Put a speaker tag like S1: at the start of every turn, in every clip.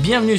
S1: Bienvenue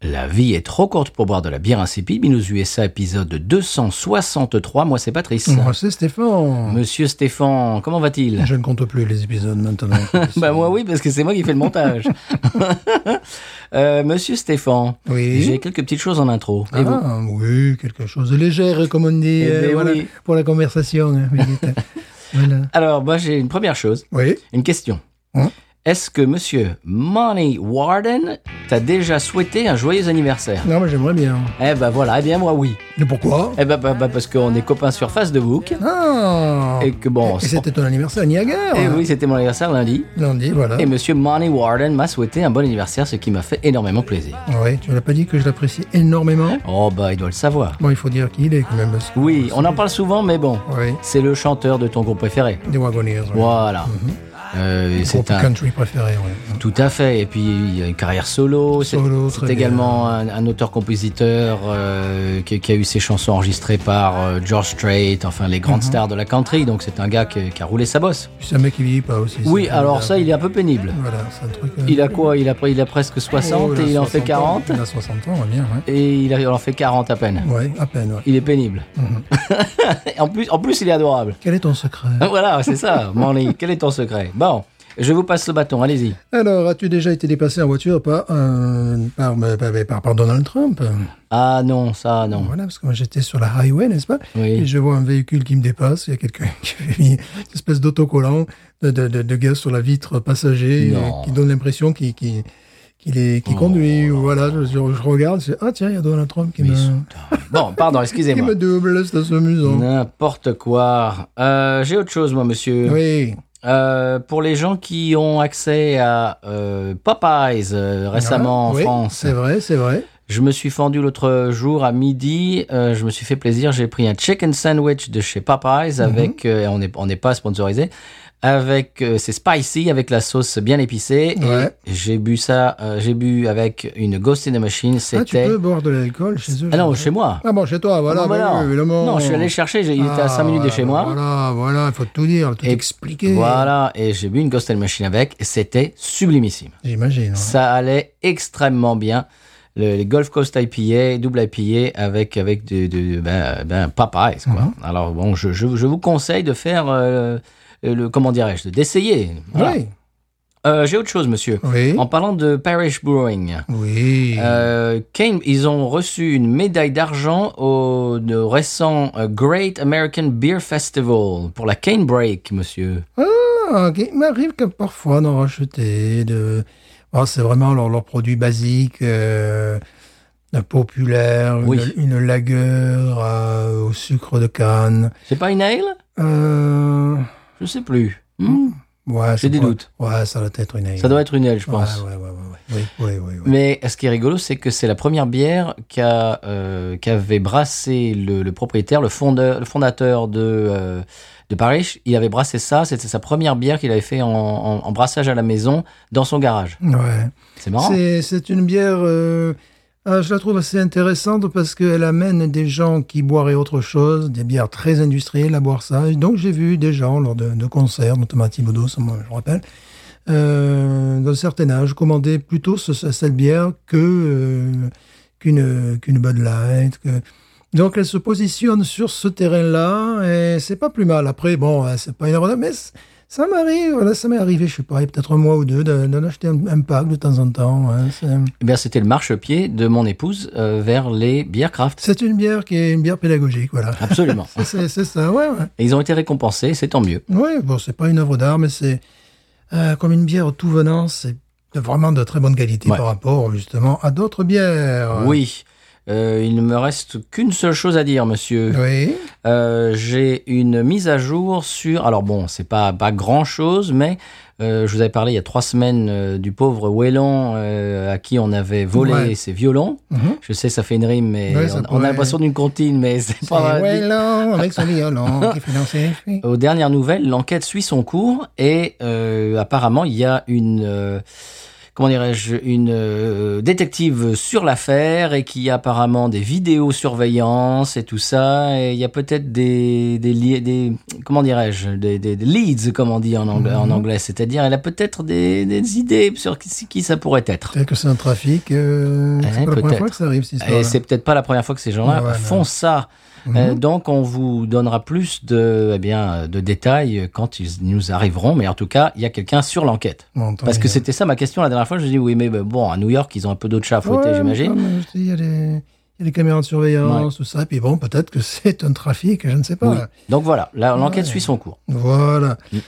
S1: La vie est trop courte pour boire de la bière insipide. Binous USA épisode 263. Moi, c'est Patrice.
S2: Moi, c'est Stéphane.
S1: Monsieur Stéphane, comment va-t-il
S2: Je ne compte plus les épisodes maintenant.
S1: Bah moi oui, parce que c'est moi qui fais le montage. Euh, Monsieur Stéphane,
S2: Oui.
S1: j'ai quelques petites choses en intro. Et vous
S2: Ah, oui, quelque chose de légère, comme on dit,
S1: Eh
S2: euh,
S1: ben
S2: voilà,
S1: oui.
S2: pour la conversation. hein, mais dites, euh, voilà.
S1: Alors, moi j'ai une première chose,
S2: Oui.
S1: une question.
S2: Hein
S1: Est-ce que Monsieur Money Warden t'a déjà souhaité un joyeux anniversaire
S2: Non, mais j'aimerais bien.
S1: Eh ben voilà, eh bien moi oui.
S2: Mais pourquoi
S1: Eh ben bah, bah, parce qu'on est copains sur Facebook
S2: Ah
S1: Eh. et que bon...
S2: Et c'était hein. ton anniversaire à Niagara.
S1: Eh oui, c'était mon anniversaire lundi.
S2: Lundi, voilà.
S1: Et Monsieur Money Warden m'a souhaité un bon anniversaire, ce qui m'a fait énormément plaisir.
S2: Oui, tu ne l'as pas dit que je l'apprécie énormément.
S1: Oh bah, il doit le savoir.
S2: Bon, il faut dire qui il est quand même. parce que-
S1: Oui, on en parle souvent, mais bon,
S2: Oui.
S1: c'est le chanteur de ton groupe préféré.
S2: Des Wagoneers. oui.
S1: Voilà. Euh, et
S2: Mhm. Groupe
S1: c'est un...
S2: country préféré, oui.
S1: Tout à fait. Et puis, il y a une carrière solo. C'est
S2: Solo,
S1: c'est
S2: très bien.
S1: également un, un auteur-compositeur euh, qui, qui a eu ses chansons enregistrées par euh, George Strait, enfin les
S2: Mhm.
S1: grandes stars de la country. Donc, c'est un gars qui, qui a roulé sa bosse.
S2: Puis c'est un mec qui vieillit pas aussi.
S1: Oui,
S2: c'est
S1: alors ça,
S2: formidable.
S1: il est un peu pénible.
S2: Voilà, c'est un truc. euh,
S1: Il a quoi il a, pre- il a presque 60
S2: Oh,
S1: et
S2: a
S1: il en fait
S2: 60 ans.
S1: 40.
S2: Il a 60 ans, on va bien, ouais.
S1: Et il, a- il en fait 40 à peine.
S2: Ouais, à peine, ouais.
S1: Il est pénible.
S2: Mhm.
S1: en, plus, en plus, il est adorable.
S2: Quel est ton secret
S1: Voilà, c'est ça, Manly. Quel est ton secret Bon, je vous passe le bâton, allez-y.
S2: Alors, as-tu déjà été dépassé en voiture par, un- par, euh, par, par- par Donald Trump
S1: Ah non, ça, non.
S2: Voilà, parce que moi j'étais sur la highway, n'est-ce pas
S1: Oui.
S2: Et je vois un véhicule qui me dépasse, il y a quelqu'un qui fait une espèce d'autocollant de, de, de- de gaz sur la vitre passager
S1: Non. Oh,
S2: euh, qui donne l'impression qu'il qu'il- qu'il est- qu'il conduit. ou voilà, je, je regarde, je dis, ah tiens, il y a Donald Trump qui,
S1: Mais
S2: me,
S1: ils sont tarés. Bon, pardon,
S2: qui
S1: excusez-moi.
S2: me double, c'est assez amusant.
S1: N'importe quoi. Euh, J'ai autre chose, moi, monsieur.
S2: Oui,
S1: Euh, pour les gens qui ont accès à euh, Popeyes euh, récemment
S2: Ah,
S1: en
S2: oui,
S1: France,
S2: C'est vrai, c'est vrai.
S1: je me suis fendu l'autre jour à midi. euh, je me suis fait plaisir. J'ai pris un chicken sandwich de chez Popeyes avec.
S2: Mhm.
S1: euh, on n'est on n'est pas sponsorisé. Avec euh, c'est spicy avec la sauce bien épicée. Et
S2: Ouais.
S1: J'ai bu ça. euh, J'ai bu avec une Ghost in the Machine.
S2: Ah, tu
S1: C'était.
S2: peux boire de l'alcool chez eux
S1: Ah non,
S2: je-
S1: chez moi.
S2: Ah bon, chez toi, voilà.
S1: Ah bon,
S2: bah
S1: bah
S2: oui,
S1: non.
S2: évidemment.
S1: Non, je suis allé chercher, j'ai- il était à
S2: Ah,
S1: cinq minutes de chez
S2: voilà,
S1: moi.
S2: Voilà, voilà, il faut tout dire, tout
S1: Et
S2: expliquer.
S1: Voilà, et j'ai bu une Ghost and Machine avec, et c'était sublimissime.
S2: J'imagine. Ah ouais.
S1: Ça allait extrêmement bien. Le, les Gulf Coast IPA, double IPA avec, avec de, de- ben, ben, Popeyes, quoi.
S2: Mhm.
S1: Alors bon, je, je- je vous conseille de faire, euh, le, comment dirais-je, d'essayer. Voilà.
S2: Oui,
S1: Euh, j'ai autre chose, monsieur.
S2: oui.
S1: En parlant de Parish Brewing,
S2: Oui.
S1: euh, Kane, ils ont reçu une médaille d'argent au de récent euh, Great American Beer Festival pour la Cane Break, monsieur.
S2: Ah, ok. Il m'arrive que parfois d'en racheter. De... Ah, c'est vraiment leur, leur produit basique, euh, euh, populaire,
S1: Oui.
S2: une, une lagueur euh, au sucre de canne.
S1: C'est pas une ale
S2: Euh...
S1: Je sais plus. Hmm.
S2: Ouais,
S1: J'ai
S2: c'est
S1: des
S2: quoi-
S1: doutes.
S2: Ouais, ça doit être une aile.
S1: Ça doit être une aile, je
S2: Ouais,
S1: pense.
S2: ouais, ouais, ouais, ouais. Oui, oui, oui, oui.
S1: Mais euh, ce qui est rigolo, c'est que c'est la première bière qu'a, euh, qu'avait brassé le, le propriétaire, le, fondeur- le fondateur de, euh, de Parish. Il avait brassé ça, c'était sa première bière qu'il avait fait en, en- en brassage à la maison, dans son garage.
S2: Ouais.
S1: C'est marrant.
S2: C'est, c'est une bière. euh, ah, je la trouve assez intéressante parce qu'elle amène des gens qui boiraient autre chose, des bières très industrielles à boire ça. Et donc j'ai vu des gens lors de, de concerts, notamment à Thibaudot, ça, moi, je me rappelle, euh, d'un certain âge, commander plutôt ce- ce- cette bière que euh, qu'une qu'une Bud Light. que- Donc elle se positionne sur ce terrain-là et c'est pas plus mal. Après, bon, euh, c'est pas énorme, mais c- ça m'arrive, voilà, ça m'est arrivé, je sais pas, il y a peut-être un mois ou deux, de- d'en acheter un, un pack de temps en temps. hein, c'est-
S1: Eh bien, c'était le marchepied de mon épouse euh, vers les bières craft.
S2: C'est une bière qui est une bière pédagogique, voilà.
S1: Absolument.
S2: Ça, C'est c'est ça, ouais, ouais.
S1: Et ils ont été récompensés, c'est tant mieux.
S2: Oui, bon, c'est pas une œuvre d'art, mais c'est euh, comme une bière tout venant, c'est de- vraiment de très bonne qualité
S1: Ouais.
S2: par rapport justement à d'autres bières.
S1: Oui. Euh, il ne me reste qu'une seule chose à dire, monsieur.
S2: Oui.
S1: Euh, j'ai une mise à jour sur. Alors bon, c'est pas pas grand chose, mais euh, je vous avais parlé il y a trois semaines euh, du pauvre Weyland euh, à qui on avait volé
S2: Ouais.
S1: ses violons.
S2: Mhm.
S1: Je sais, ça fait une rime, mais
S2: Ouais,
S1: on,
S2: ça
S1: on a
S2: pourrait-
S1: l'impression d'une comptine, mais c'est pas.
S2: C'est Weyland avec son violon qui fait danser les filles.
S1: Aux dernières nouvelles, l'enquête suit son cours et euh, apparemment il y a une euh, comment dirais-je une euh, détective sur l'affaire et qui a apparemment des vidéos surveillance et tout ça et il y a peut-être des des, li- des comment dirais-je des, des- des leads comme on dit en anglais, en
S2: Mhm.
S1: anglais c'est-à-dire elle a peut-être des, des idées sur qui, qui ça pourrait être.
S2: Peut-être que c'est un trafic. euh,
S1: Eh,
S2: c'est pas la
S1: peut-être.
S2: première fois que ça arrive, cette Mhm.
S1: Et
S2: histoire.
S1: c'est peut-être pas la première fois que ces gens-là
S2: Voilà.
S1: font ça. Euh, donc, on vous donnera plus de, eh bien, de détails euh, quand ils nous arriveront. Mais en tout cas, il y a quelqu'un sur l'enquête. Parce que c'était ça ma question la dernière fois. Je dis oui, mais ben, bon, à New York, ils ont un peu d'autres chats à fouetter, j'imagine.
S2: Il y, a des- il y a des caméras de surveillance, tout ça. Puis bon, peut-être que c'est un trafic, je ne sais pas.
S1: Oui. Donc voilà, la- l'enquête
S2: Ouais.
S1: suit son cours.
S2: Voilà.
S1: Mm.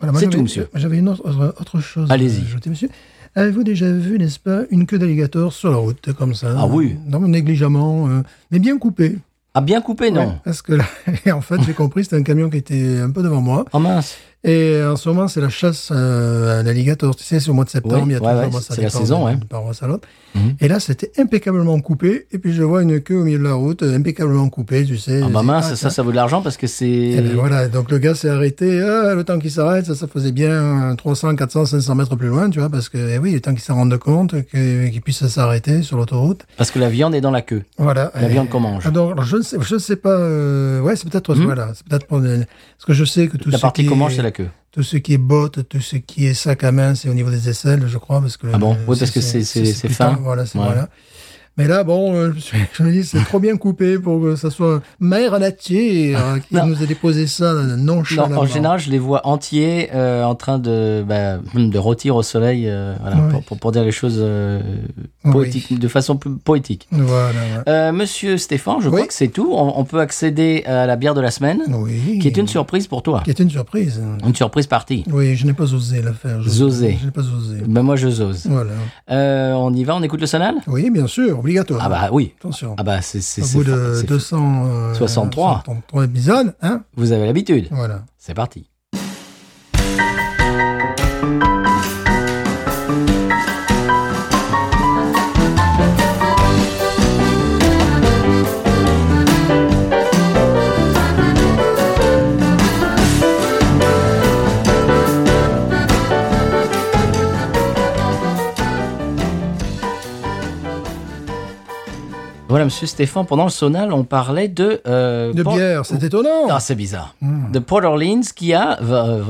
S2: Voilà, moi,
S1: C'est
S2: j'avais-
S1: tout, monsieur.
S2: J'avais une autre, autre- autre chose.
S1: Allez-y.
S2: à ajouter, monsieur. Avez-vous déjà vu, n'est-ce pas, une queue d'alligator sur la route, comme ça
S1: Ah oui.
S2: Non, mais négligemment, euh, mais bien coupée.
S1: Ah, bien coupé, non
S2: Ouais, parce que là, en fait, j'ai compris, c'était un camion qui était un peu devant moi.
S1: Oh mince
S2: Et en ce moment, c'est la chasse euh, à l'alligator. Tu sais, c'est au mois de septembre,
S1: Oui,
S2: il y a
S1: ouais,
S2: toujours,
S1: ouais,
S2: moi, ça
S1: c'est la
S2: dépend
S1: saison,
S2: de-
S1: ouais.
S2: de paroisse à l'autre.
S1: Mhm.
S2: Et là, c'était impeccablement coupé. Et puis, je vois une queue au milieu de la route, euh, impeccablement coupée, tu sais.
S1: Ah bah
S2: Je dis,
S1: mince,
S2: ah,
S1: ça, ça vaut de l'argent parce que
S2: et
S1: c'est...
S2: ben voilà, donc le gars s'est arrêté, Ah, le temps qu'il s'arrête, ça, ça faisait bien euh, 300, 400, 500 mètres plus loin, tu vois, parce que, eh oui, le temps qu'il s'en rende compte, que- qu'il puisse s'arrêter sur l'autoroute.
S1: Parce que la viande est dans la queue.
S2: Voilà.
S1: La
S2: Et-
S1: viande qu'on mange.
S2: Ah, donc, alors, je ne sais, je ne sais pas, euh, ouais, c'est peut-être,
S1: Mhm.
S2: voilà, c'est peut-être pour des- parce que je sais que tout
S1: La
S2: ce
S1: partie
S2: qui
S1: qu'on mange,
S2: est,
S1: c'est la queue.
S2: tout ce qui est botte, tout ce qui est sac à main, c'est au niveau des aisselles, je crois, parce que.
S1: Ah bon
S2: euh,
S1: Oui, parce que c'est- c'est- c'est
S2: plus
S1: fin.
S2: tard, Voilà, c'est,
S1: Ouais.
S2: voilà. Mais là, bon, euh, je me suis- je me dis, c'est trop bien coupé pour que ça soit Mère Nature qui
S1: Non.
S2: nous a déposé ça
S1: Non,
S2: nonchalamment.
S1: en général, je les vois entiers euh, en train de, bah, hum, de rôtir au soleil, euh, voilà,
S2: Ouais.
S1: pour, pour, pour dire les choses euh,
S2: Oui.
S1: poétiques, de façon plus poétique.
S2: Voilà. ouais.
S1: Euh, Monsieur Stéphane, je
S2: Oui.
S1: crois que c'est tout. On, on peut accéder à la bière de la semaine,
S2: Oui.
S1: qui est une surprise pour toi.
S2: Qui est une surprise.
S1: Une surprise partie.
S2: Oui, je n'ai pas osé la faire. Je-
S1: Zosé.
S2: Je n'ai pas osé.
S1: Ben moi, je zose.
S2: Voilà.
S1: Euh, on y va, on écoute le sonal
S2: Oui, bien sûr, obligatoire.
S1: Ah bah oui.
S2: Attention.
S1: Ah bah c'est... c'est-
S2: Au
S1: c'est
S2: bout
S1: fa-
S2: de
S1: c'est- 63.
S2: 263 épisodes, hein
S1: Vous avez l'habitude.
S2: Voilà.
S1: C'est parti. Voilà, monsieur Stéphane, pendant le sonal, on parlait de... euh,
S2: De
S1: pan-
S2: bière, c'est étonnant.
S1: Ah, c'est bizarre.
S2: Oh. Hmm.
S1: De Port Orleans qui a v- v-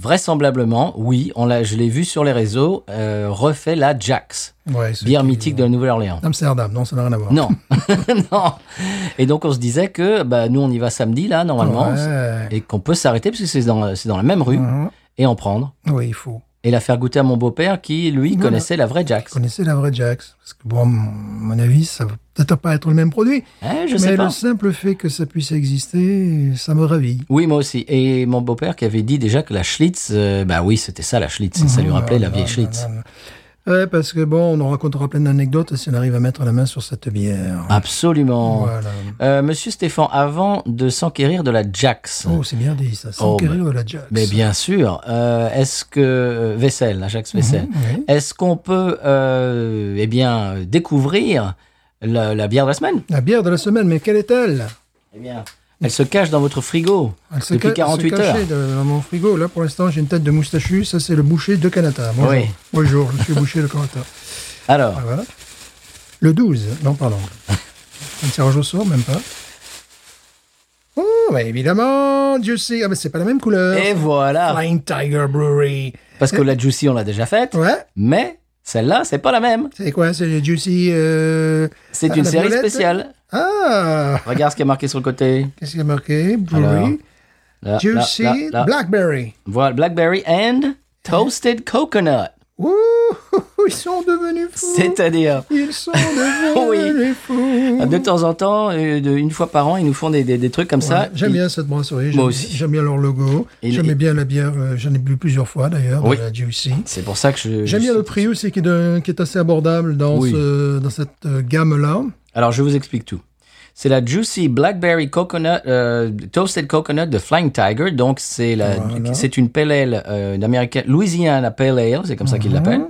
S1: vraisemblablement, oui, on l'a, je l'ai vu sur les réseaux, euh, refait la Jax,
S2: Ouais, c'est-
S1: bière mythique de la Nouvelle-Orléans.
S2: Amsterdam, non, ça n'a rien à voir.
S1: Non, non. Et donc on se disait que bah, nous on y va samedi là normalement
S2: Ouais.
S1: et qu'on peut s'arrêter parce que c'est dans, c'est dans la même rue
S2: Mhm.
S1: et en prendre
S2: Oui, il faut.
S1: et la faire goûter à mon beau-père qui lui
S2: Voilà.
S1: connaissait la vraie Jax.
S2: Vous connaissez la vraie Jax Parce que, bon, à mon avis, ça va peut-être pas être le même produit.
S1: Eh, je
S2: mais
S1: sais pas.
S2: le simple fait que ça puisse exister, ça me ravit.
S1: Oui, moi aussi. Et mon beau-père qui avait dit déjà que la Schlitz, euh, bah oui, c'était ça la Schlitz. ça lui
S2: Mhm,
S1: rappelait la
S2: non,
S1: vieille
S2: non,
S1: Schlitz.
S2: non, non. Ouais, parce que bon, on en racontera plein d'anecdotes si on arrive à mettre la main sur cette bière.
S1: Absolument.
S2: Voilà.
S1: Euh, Monsieur Stéphane, avant de s'enquérir de la Jax,
S2: Oh, c'est bien dit ça. Sans
S1: Oh,
S2: guérir la Jax.
S1: mais bien sûr, euh, est-ce que vaisselle, la Jax vaisselle,
S2: Mhm, Oui.
S1: est-ce qu'on peut, euh, eh bien, découvrir la, la bière de la semaine
S2: La bière de la semaine, mais quelle est-elle
S1: Eh bien, elle se cache dans votre frigo
S2: Elle se
S1: depuis
S2: ca-
S1: 48
S2: se
S1: heures.
S2: cachait de- dans mon frigo. Là, pour l'instant, j'ai une tête de moustachu. Ça, c'est le boucher de Canada. Bonjour.
S1: Oui.
S2: Bonjour, je suis boucher de Canada.
S1: Alors,
S2: Ah, voilà. Le 12, non, pardon. Un tirage au sort, même pas. Oh, bah, évidemment, Dieu sait. Ah, mais c'est pas la même couleur.
S1: et voilà,
S2: Flying Tiger Brewery.
S1: parce que la Juicy on l'a déjà faite,
S2: Ouais.
S1: mais celle-là, c'est pas la même.
S2: C'est quoi C'est le Juicy. euh,
S1: C'est
S2: Ah,
S1: une
S2: la
S1: série
S2: violette
S1: spéciale.
S2: Ah
S1: Regarde ce qui est marqué sur le côté.
S2: Qu'est-ce qu'il y a marqué Brewery.
S1: Là, là,
S2: Juicy
S1: là, là.
S2: Blackberry.
S1: Voilà, blackberry and toasted coconut.
S2: Ouh, ils sont devenus fous.
S1: C'est-à-dire
S2: Ils sont devenus
S1: Oui.
S2: fous.
S1: De temps en temps, euh, de- une fois par an, ils nous font des, des- des trucs comme ça.
S2: Voilà, J'aime
S1: Ils-
S2: bien cette brasserie. j'aime-
S1: Ah, aussi.
S2: J'aime bien leur logo.
S1: Et-
S2: J'aimais bien la bière. euh, J'en ai bu plusieurs fois d'ailleurs. de
S1: Oui. Ah,
S2: La Juicy.
S1: C'est pour ça que je.
S2: J'aime bien le prix aussi qui est, de- qui est assez abordable dans,
S1: Oui.
S2: ce- dans cette euh, gamme-là.
S1: Alors, je vous explique tout. C'est la Juicy Blackberry Coconut, euh, Toasted Coconut de Flying Tiger. Donc, c'est la,
S2: Voilà.
S1: c'est une pale ale, euh, une américaine, Louisiana Pale Ale, c'est comme ça qu'ils l'appellent.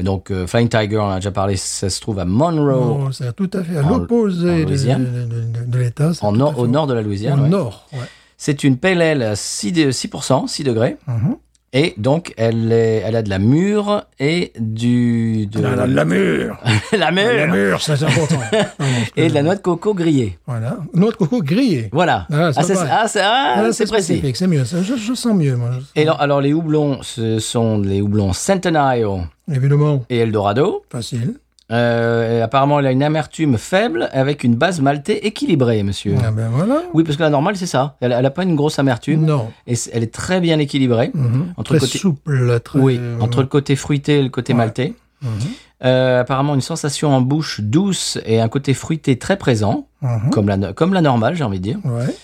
S1: Donc, euh, Flying Tiger, on en a déjà parlé, ça se trouve à Monroe,
S2: Bon, c'est tout à fait à
S1: Oh. En-
S2: l'opposé
S1: en
S2: de,
S1: Louisiane.
S2: de- de- de- de l'État. c'est
S1: en
S2: tout à
S1: nord,
S2: fait
S1: au nord de la
S2: Au
S1: Louisiane. ouais.
S2: nord, ouais.
S1: C'est une pale ale à 6, de- 6%, 6 degrés.
S2: Mhm.
S1: Et donc, elle, est, elle a de la mûre et du... De,
S2: Ah, La, la- la mûre
S1: la mûre
S2: La mûre, ça, c'est important. Non, non, je
S1: Et de la
S2: peux-
S1: noix de coco grillée.
S2: Voilà. Noix de coco grillée.
S1: Voilà.
S2: Ah, c'est
S1: ah, ça,
S2: pas
S1: c'est
S2: mal.
S1: ah, c'est- ah,
S2: Ah,
S1: c'est précis.
S2: spécifique, C'est mieux. ça, je, je sens mieux, moi. je sens-
S1: Et alors, alors, les houblons, ce sont les houblons Centenario
S2: Évidemment,
S1: et Eldorado.
S2: facile.
S1: Euh, et apparemment, elle a une amertume faible avec une base maltée équilibrée, monsieur.
S2: Ah ben voilà.
S1: Oui, parce que la normale, c'est ça. Elle n'a pas une grosse amertume.
S2: Non.
S1: Et c'est- elle est très bien équilibrée.
S2: Mhm.
S1: Entre
S2: Très
S1: côté-
S2: souple. Très... euh,
S1: oui, entre le côté fruité et le côté
S2: Ouais.
S1: maltais.
S2: Mhm.
S1: Euh, apparemment, une sensation en bouche douce et un côté fruité très présent,
S2: Mhm.
S1: comme, la, no- comme la normale, j'ai envie de dire.
S2: Ouais.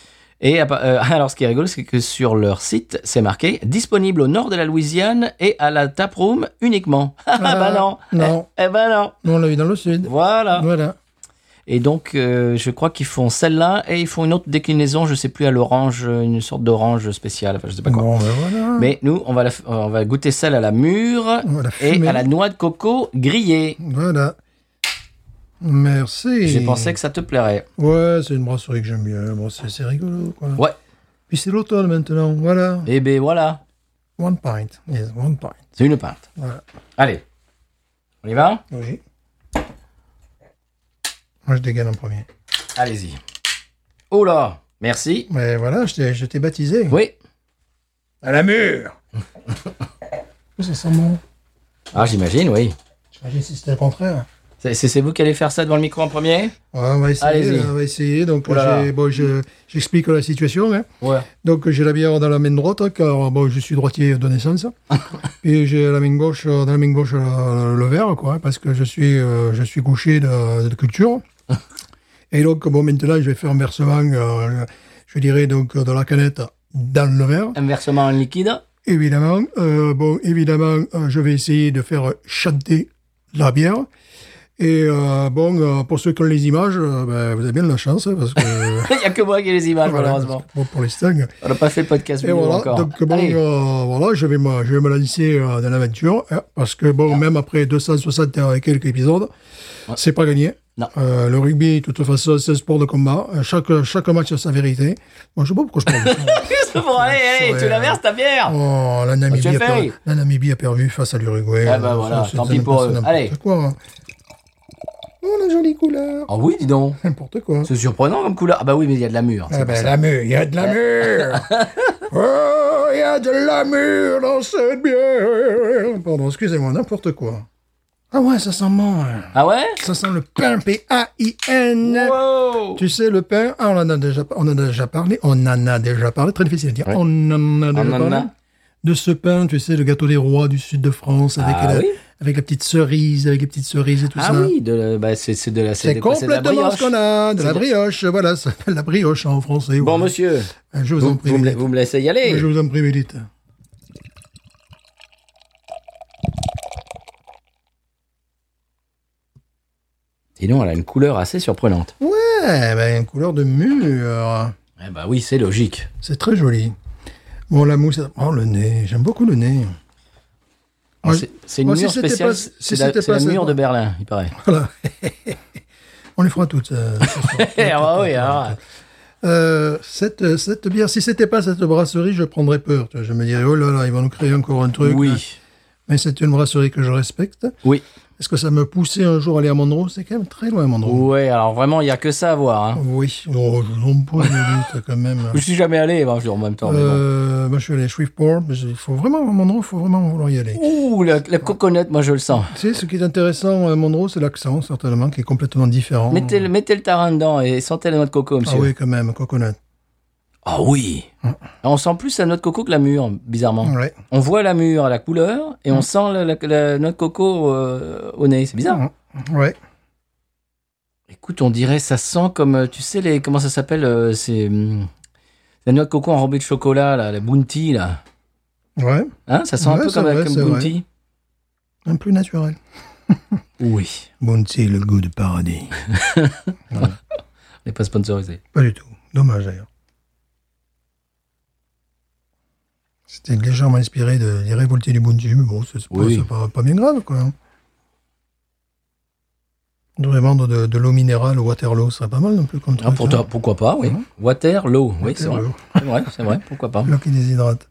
S1: Et appa- euh, alors, ce qui est rigolo, c'est que sur leur site, c'est marqué disponible au nord de la Louisiane et à la taproom uniquement. Ah bah non.
S2: Non,
S1: Eh ben non.
S2: Nous, on l'a eu dans le sud.
S1: Voilà.
S2: Voilà.
S1: Et donc, euh, je crois qu'ils font celle-là et ils font une autre déclinaison, je sais plus, à l'orange, une sorte d'orange spéciale. Enfin, je sais pas quoi.
S2: Bon, ben voilà.
S1: Mais nous, on va, la f- on va goûter celle à la mûre
S2: On va la
S1: et
S2: fumer.
S1: à la noix de coco grillée.
S2: Voilà. Merci.
S1: J'ai pensé que ça te plairait.
S2: Ouais, c'est une brasserie que j'aime bien. Bon, c'est c'est rigolo, quoi.
S1: Ouais.
S2: Puis c'est l'automne maintenant. Voilà.
S1: Et ben voilà,
S2: One pint. Yes, one pint.
S1: c'est une pinte.
S2: Voilà.
S1: Allez, on y va
S2: Oui. Moi, je dégaine en premier.
S1: Allez-y. Oh là, merci.
S2: Mais voilà, je t'ai- je t'ai baptisé.
S1: Oui.
S2: À la mûre Ça sent bon.
S1: Ah, j'imagine, oui.
S2: J'imagine si c'était le contraire.
S1: C'est- C'est c'est vous qui allez faire ça devant le micro en premier
S2: Ouais, on va essayer.
S1: Allez-y.
S2: là, on va essayer. Donc,
S1: Oh là là.
S2: j'ai- bon, je- j'explique la situation. hein.
S1: Ouais.
S2: Donc, j'ai la bière dans la main droite, car bon, je suis droitier de naissance. Et j'ai la main gauche, euh, dans la main gauche, euh, le verre, quoi, parce que je suis, euh, je suis gaucher de, de culture. Et donc, bon, maintenant, je vais faire un versement, euh, je dirais, donc, de la canette dans le verre.
S1: Un versement en liquide
S2: Évidemment, euh, bon, évidemment, euh, je vais essayer de faire chanter la bière. Et euh, bon, euh, pour ceux qui ont les images, euh, ben, vous avez bien de la chance, hein, parce que
S1: Il n'y a que moi qui ai les images,
S2: voilà,
S1: malheureusement.
S2: parce que, bon, pour les stangs.
S1: On n'a pas fait le podcast
S2: Et
S1: vidéo
S2: voilà,
S1: encore.
S2: donc bon,
S1: Allez.
S2: euh, voilà, je vais me, je vais me lancer euh, dans l'aventure, hein, parce que bon, même après 260 et quelques épisodes, c'est pas gagné.
S1: Non.
S2: Euh, le rugby, de toute façon, c'est un sport de combat. Euh, Chaque, chaque match a sa vérité. Moi, je sais pas pourquoi je parle.
S1: bon, allez, allez,
S2: Ouais.
S1: tu la verses ta bière
S2: Oh,
S1: Bah,
S2: la Namibie,
S1: Monsieur
S2: a perdu,
S1: Ferry.
S2: la Namibie a perdu face à l'Uruguay.
S1: Ah bah
S2: Ça,
S1: voilà,
S2: c'est
S1: tant
S2: un
S1: pis pour
S2: peu
S1: eux.
S2: n'importe
S1: Allez.
S2: quoi. Oh, la jolie couleur.
S1: Ah oui, dis donc.
S2: N'importe quoi.
S1: C'est surprenant comme couleur. Ah bah oui, mais il y a de la mûre.
S2: Ah
S1: c'est pour
S2: ben,
S1: ça.
S2: la mûre, il y a de la mûre. oh, il y a de la mûre dans cette bière. Pardon, excusez-moi, n'importe quoi. Ah ouais, ça sent bon. hein.
S1: Ah ouais
S2: Ça sent le pain, P-A-I-N.
S1: Wow
S2: Tu sais, le pain, ah, on en a déjà, on en a déjà parlé, on en a déjà parlé, très difficile à dire. On en a déjà
S1: en a.
S2: parlé. De ce pain, tu sais, le gâteau des rois du sud de France, avec,
S1: Ah
S2: la,
S1: oui.
S2: avec la petite cerise, avec les petites cerises et tout
S1: Ah
S2: ça.
S1: oui, de la- bah, c'est c'est de la
S2: C'est
S1: des- de la
S2: complètement
S1: brioche.
S2: ce qu'on a, de
S1: C'est
S2: la
S1: de-
S2: brioche, voilà, ça s'appelle la brioche en français.
S1: Bon,
S2: voilà.
S1: monsieur,
S2: Euh, Je vous en
S1: vous,
S2: prie,
S1: vous me,
S2: Médite.
S1: vous me laissez y aller
S2: Je vous en prie, Médite.
S1: Sinon, elle a une couleur assez surprenante.
S2: Ouais, ben, une couleur de mûre.
S1: Eh bah oui, c'est logique.
S2: C'est très joli. Bon, la mousse, oh, le nez, j'aime beaucoup le nez.
S1: Alors, Ah,
S2: Ouais.
S1: C'est c'est une
S2: Moi, Ah si
S1: mûre
S2: c'était
S1: spéciale,
S2: pas- si
S1: c'est la,
S2: c'était
S1: c'est
S2: pas
S1: la
S2: ça-
S1: mûre de Berlin, il paraît.
S2: Voilà. On les fera toutes. euh, ce soir.
S1: ah bah oui, alors,
S2: Euh, cette, cette bière, si c'était pas cette brasserie, je prendrais peur. tu vois. Je me dirais, oh là là, ils vont nous créer encore un truc.
S1: oui,
S2: Mais c'est une brasserie que je respecte.
S1: oui.
S2: Est-ce que ça me poussait un jour à aller à Monroe C'est quand même très loin, Monroe.
S1: Ouais, alors vraiment, il n'y a que ça à voir. hein.
S2: Oui, oh, je vous en prie, Médite, quand même.
S1: Je suis jamais allé, ben, je dis en même temps. mais bon.
S2: Euh, moi, je suis allé à Shreveport. mais Il faut vraiment, à Monroe, il faut vraiment vouloir y aller.
S1: Ouh, la, la coconut, moi je le sens.
S2: Tu sais, ce qui est intéressant à Monroe, c'est l'accent, certainement, qui est complètement différent.
S1: Mettez, le- mettez le tarin dedans et sentez la noix de coco,
S2: Oh. Ah
S1: monsieur.
S2: oui, Mm. quand même, coconut.
S1: Ah oui. On sent plus la noix de coco que la mûre, bizarrement.
S2: Ouais.
S1: On voit la mûre à la couleur et
S2: Mm.
S1: on sent la, la- la noix de coco euh, au nez. C'est
S2: Mm.
S1: bizarre.
S2: Ouais.
S1: Écoute, on dirait, ça sent comme, euh, tu sais, les, comment ça s'appelle euh, C'est hum, la noix de coco enrobée de chocolat, là, la bounty, là.
S2: Ouais.
S1: Hein, ça sent un
S2: Ouais,
S1: peu
S2: c'est
S1: comme, la
S2: vrai,
S1: comme
S2: c'est
S1: bounty.
S2: Un plus naturel.
S1: Oui.
S2: Bounty, le goût de paradis.
S1: On n'est pas sponsorisé.
S2: Pas du tout. Dommage d'ailleurs. C'était légèrement inspiré de Les Révoltés du Bounty, mais bon, c'est c'est pas,
S1: Oui.
S2: c'est pas, pas bien grave, quoi. hein. On devrait vendre de, de l'eau minérale au Waterloo, ce serait pas mal non plus comme
S1: Ah,
S2: truc,
S1: pour
S2: hein.
S1: toi, pourquoi pas, oui.
S2: Mhm.
S1: Water, l'eau, oui, c'est vrai.
S2: Waterloo.
S1: C'est vrai, c'est vrai, pourquoi pas.
S2: L'eau qui déshydrate.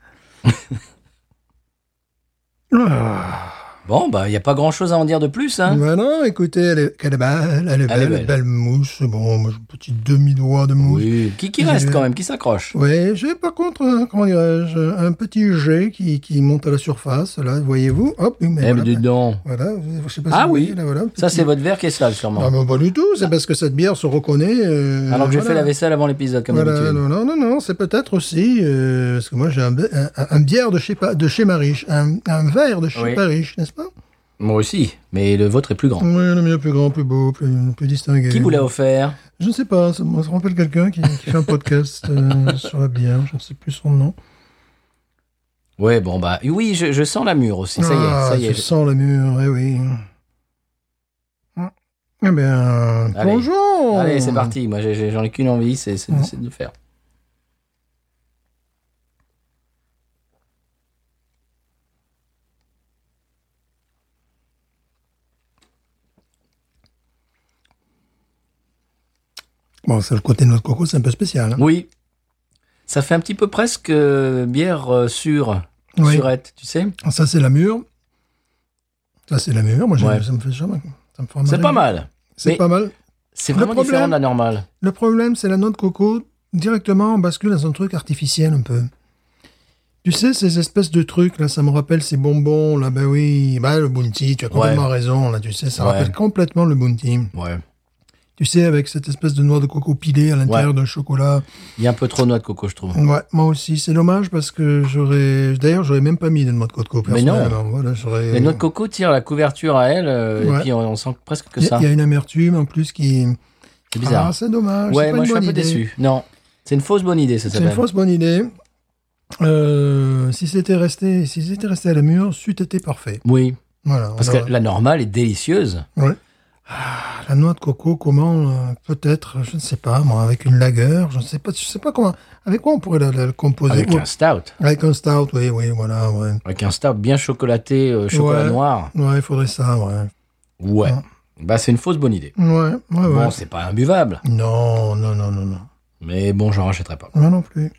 S2: Ah.
S1: Bon, bah, il n'y a pas grand chose à en dire de plus, hein.
S2: Ben non, écoutez, elle est, qu'elle est belle, elle est belle,
S1: belle.
S2: belle mousse. Bon, moi, j'ai un petit demi-doigt de mousse.
S1: Oui. Qui, qui reste quand même, qui s'accroche.
S2: Oui, j'ai par contre, euh, comment dirais-je, un petit jet qui, qui monte à la surface, là, voyez-vous. Hop, mais
S1: Eh,
S2: voilà,
S1: ben, dis donc.
S2: Voilà, vous- je sais pas si
S1: Ah
S2: vous
S1: oui.
S2: voyez, là, voilà.
S1: Ça, c'est votre verre qui est sale, sûrement. Ah,
S2: Non, mais pas du tout, c'est parce que cette bière se reconnaît. euh,
S1: Alors que j'ai
S2: Ah, voilà.
S1: fait la vaisselle avant l'épisode, comme
S2: Voilà,
S1: d'habitude.
S2: non, non, non, non, c'est peut-être aussi, euh, parce que moi j'ai un, be- un, un- un bière de chez, Pa- de chez Mariche, un, un verre de chez
S1: Oui.
S2: Mariche, n'est-ce pas
S1: Moi aussi, mais le vôtre est plus grand.
S2: Oui, le mien plus grand, plus beau, plus, plus distingué.
S1: Qui vous l'a offert
S2: Je ne sais pas, ça me rappelle quelqu'un qui, qui fait un podcast euh, sur la bière, je ne sais plus son nom.
S1: Ouais, bon, bah, oui, je, je sens la mur aussi, ça y est,
S2: ah,
S1: ça y est.
S2: Tu sens le mur, eh oui. Eh bien,
S1: Allez.
S2: bonjour
S1: Allez, c'est parti, moi j'ai- j'ai- j'en ai, qu'une envie, c'est c'est-
S2: Mhm.
S1: c'est de le faire.
S2: Bon, c'est le côté de notre coco, c'est un peu spécial. hein.
S1: Oui, ça fait un petit peu presque euh, bière euh, sûre,
S2: Oui.
S1: surette, tu sais
S2: Ça, c'est la mûre. Ça, c'est la mûre. Moi, j'aime-
S1: Ouais.
S2: ça me fait jamais. Ça me fait
S1: C'est
S2: marrer.
S1: pas mal,
S2: C'est
S1: mais-
S2: pas mal.
S1: c'est
S2: Le
S1: vraiment
S2: problème-
S1: différent de la normale.
S2: Le problème, c'est la noix de coco. Directement, on bascule dans un truc artificiel un peu. Tu sais, ces espèces de trucs, là, ça me rappelle ces bonbons, là, ben oui, bah le bounty, tu as complètement raison, là, tu sais, ça
S1: Ouais.
S2: rappelle complètement le bounty.
S1: Ouais.
S2: Tu sais, avec cette espèce de noix de coco pilée à l'intérieur d'un chocolat.
S1: Il y a un peu trop de noix de coco, je trouve.
S2: Ouais, moi aussi, c'est dommage parce que j'aurais. D'ailleurs, j'aurais même pas mis de noix de coco.
S1: Mais non.
S2: personnellement. Voilà, j'aurais.
S1: Les noix de coco tirent la couverture à elle, euh,
S2: Ouais.
S1: et puis on, on sent presque que
S2: Il y a-
S1: ça.
S2: il y, a une amertume en plus qui.
S1: C'est bizarre.
S2: Ah, c'est dommage. c'est
S1: ouais,
S2: pas
S1: moi
S2: une
S1: je suis un
S2: bonne
S1: peu
S2: idée.
S1: déçu. Non, c'est une fausse bonne idée, ça
S2: C'est une
S1: s'appelle.
S2: fausse bonne idée. Euh, si c'était resté, si c'était resté à la mûre, c'eût été parfait.
S1: Oui,
S2: Voilà. on
S1: parce
S2: aurait-
S1: que la normale est délicieuse.
S2: Ah, la noix de coco, comment euh, Peut-être, je ne sais pas. Moi, avec une lagueur, je ne sais pas. Je sais pas comment. Avec quoi on pourrait la, la composer
S1: Avec
S2: Ouais,
S1: un stout.
S2: avec un stout, oui, oui, voilà, ouais.
S1: Avec un stout bien chocolaté, euh, chocolat
S2: Ouais.
S1: noir.
S2: Ouais, il faudrait ça, ouais.
S1: Ouais.
S2: Ouais.
S1: Bah, c'est une fausse bonne idée.
S2: Ouais, ouais, Ah ouais.
S1: Bon, c'est pas imbuvable,
S2: Non, non, non, non, non.
S1: mais bon, j'en rachèterai pas.
S2: Moi non plus.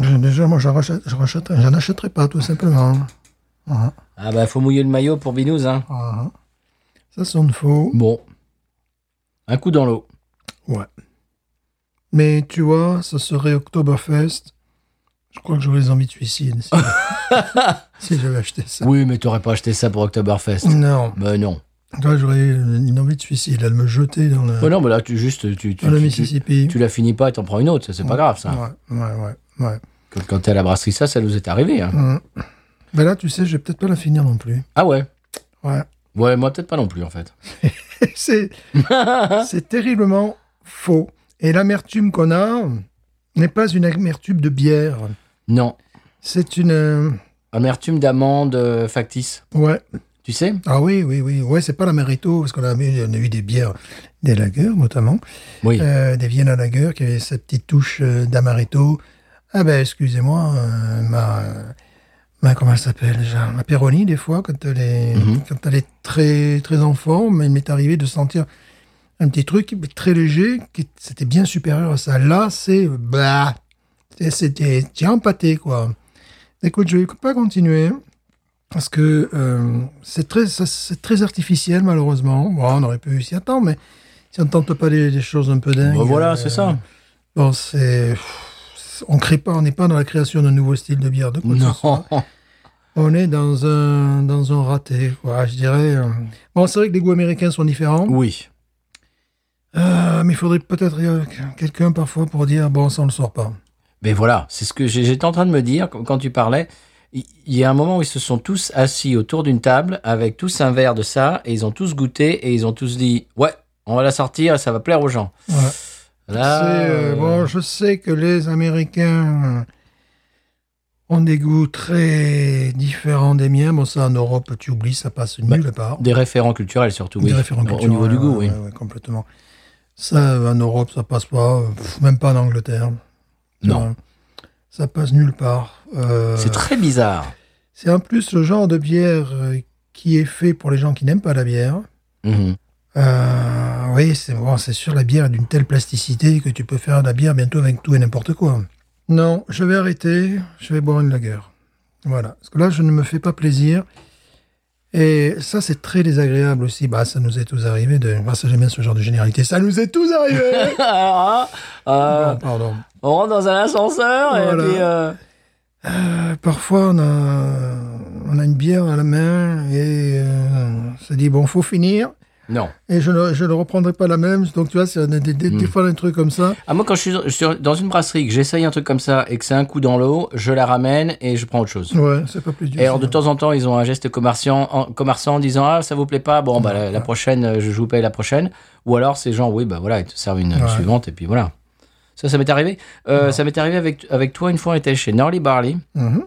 S2: Je- déjà, moi, j'en rachète- j'en rachète- j'en achèterai pas, tout simplement. Ah,
S1: Ah, bah, faut mouiller le maillot pour Binous, hein.
S2: ah. Ça sonne faux.
S1: Bon. Un coup dans l'eau.
S2: Ouais. Mais tu vois, ça serait Oktoberfest. Je crois que j'aurais des envies de suicide si, si j'avais acheté ça. Mm.
S1: Oui, mais t'aurais pas acheté ça pour Oktoberfest.
S2: Non,
S1: Bah, non.
S2: toi j'aurais une envie de suicide, elle me jeter dans la,
S1: Bah, non, mais là, tu juste. Tu, tu, tu,
S2: dans la
S1: tu-
S2: Mississippi.
S1: tu la finis pas et t'en prends une autre, ça, c'est pas grave, ça.
S2: Ouais, ouais, ouais. ouais.
S1: Quand- Quand t'es à la brasserie, ça, ça nous est arrivé, hein.
S2: Hum. Ben là, tu sais, je vais peut-être pas la finir non plus.
S1: Ah ouais.
S2: Ouais.
S1: Ouais, moi, peut-être pas non plus, en fait.
S2: c'est c'est terriblement faux. Et l'amertume qu'on a n'est pas une amertume de bière.
S1: Non.
S2: C'est une euh,
S1: Amertume d'amande euh, factice.
S2: ouais.
S1: Tu sais
S2: Ah oui, oui, oui. Ouais, c'est pas la Merito, parce qu'on a, eu- on a eu des bières, des lagers notamment,
S1: Oui.
S2: euh, des Vienna Lager qui avaient cette petite touche euh, d'amaretto. Ah ben, excusez-moi, euh, ma, ma, comment elle s'appelle déjà Ma Peroni, des fois, quand elle est,
S1: Mhm.
S2: quand elle est très, très en forme, il m'est arrivé de sentir un petit truc très léger, qui c'était bien supérieur à ça. Là, c'est, bah, c'est- c'était, t'es empâté, quoi. Écoute, je vais pas continuer. Parce que euh, c'est très, ça- c'est très artificiel malheureusement. Bon, on aurait pu s'y attendre, mais si on ne tente pas des, des choses un peu dingues.
S1: Bah, voilà,
S2: euh,
S1: c'est ça.
S2: Bon, c'est, pff, on crée pas, on n'est pas dans la création d'un nouveau style de bière de quoi que ce soit.
S1: Non.
S2: On est dans un, dans un raté, quoi. Je dirais. euh. Bon, c'est vrai que les goûts américains sont différents,
S1: Oui.
S2: Euh, mais il faudrait peut-être euh, quelqu'un parfois pour dire bon, ça on le sort pas.
S1: Mais voilà, c'est ce que j'ai- j'étais en train de me dire quand quand tu parlais. Il il y a un moment où ils se sont tous assis autour d'une table avec tous un verre de ça et ils ont tous goûté et ils ont tous dit ouais, on va la sortir, ça va plaire aux gens.
S2: Ouais.
S1: Là,
S2: C'est, euh,
S1: euh,
S2: bon, je sais que les Américains ont des goûts très différents des miens. Bon, ça, en Europe, tu oublies, ça passe nulle part.
S1: Des référents culturels surtout, oui.
S2: Des référents
S1: Bah, Au-
S2: culturels,
S1: Au niveau du goût,
S2: ouais,
S1: oui.
S2: euh, ouais, ouais, complètement. Ça, en Europe, ça passe pas, pff, même pas en Angleterre. Tu
S1: Non.
S2: vois, Ça passe nulle part. Euh,
S1: C'est très bizarre.
S2: c'est en plus le genre de bière euh, qui est fait pour les gens qui n'aiment pas la bière.
S1: Mhm.
S2: Euh, oui, c'est bon, c'est sûr, la bière est d'une telle plasticité que tu peux faire de la bière bientôt avec tout et n'importe quoi. Non, je vais arrêter, je vais boire une lager. Voilà, parce que là, je ne me fais pas plaisir. Et ça, c'est très désagréable aussi. Bah, ça nous est tous arrivé de... Bah, ça, j'aime bien ce genre de généralité. Ça nous est tous arrivé
S1: Alors, hein, euh,
S2: Bon, pardon.
S1: on rentre dans un ascenseur et
S2: Voilà.
S1: puis. euh,
S2: Euh, Parfois, on a, on a une bière à la main et euh, on se dit, bon, faut finir.
S1: Non.
S2: Et je ne, je ne reprendrai pas la même. Donc, tu vois, c'est des, des,
S1: Hmm.
S2: des- des fois des trucs comme ça.
S1: Ah, moi, quand je suis sur- dans une brasserie, que j'essaye un truc comme ça et que c'est un coup dans l'eau, je la ramène et je prends autre chose.
S2: Ouais, c'est pas plus dur.
S1: Et alors, de
S2: ça.
S1: temps en temps, ils ont un geste commerçant en, commerçant en disant Ah, ça vous plaît pas Bon, bah, la, la prochaine, euh, je vous paye la prochaine. Ou alors, ces gens, oui, bah voilà, ils te servent une euh,
S2: Ouais.
S1: suivante et puis voilà. Ça, ça m'est arrivé. Euh, ça m'est arrivé avec, avec toi une fois, on était chez Norley Barley,
S2: Mhm.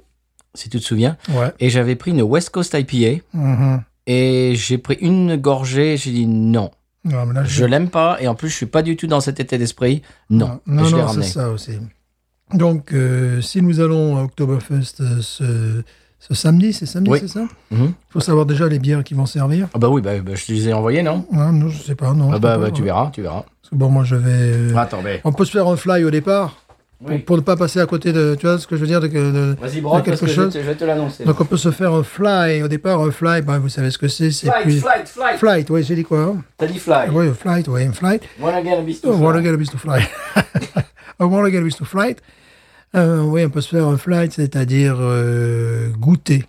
S1: si tu te souviens,
S2: Ouais.
S1: et j'avais pris une West Coast IPA
S2: Mhm.
S1: et j'ai pris une gorgée et j'ai dit non,
S2: Non, Ah, mais là,
S1: je l'aime pas et en plus, je suis pas du tout dans cet état d'esprit. Non,
S2: Ah, non,
S1: Et je l'ai
S2: non, c'est
S1: ramené.
S2: ça aussi. Donc, euh, si nous allons à Oktoberfest euh, ce, ce samedi, c'est samedi,
S1: Oui.
S2: c'est ça
S1: Mhm.
S2: Il faut savoir déjà les bières qui vont servir.
S1: Ah, bah oui, bah, bah, je te les ai envoyés, non
S2: Non, non, je sais pas, non.
S1: Ah,
S2: je
S1: bah,
S2: sais
S1: bah,
S2: pas,
S1: tu
S2: ouais.
S1: verras, tu verras. Bah,
S2: Parce que bon, moi, je vais. euh,
S1: Attends, mais.
S2: On peut se faire un fly au départ pour-
S1: Oui.
S2: pour, ne pas passer à côté de. Tu vois ce que je veux dire de, que- de-
S1: Vas-y,
S2: Il y a
S1: broque,
S2: quelque
S1: parce que je vais
S2: chose
S1: te- je vais te l'annoncer.
S2: Donc, on peut se faire un fly au départ, un fly. bah, vous savez ce que c'est C'est
S1: Flight,
S2: plus-
S1: flight, flight.
S2: Flight, oui, j'ai dit quoi hein
S1: T'as dit fly.
S2: Oui, un flight, oui, un flight.
S1: Wanna get a beast to
S2: Oh, I
S1: fly.
S2: want to get a bus to fly. I want to get a bus to flight. Euh, oui, on peut se faire un flight, c'est-à-dire euh, goûter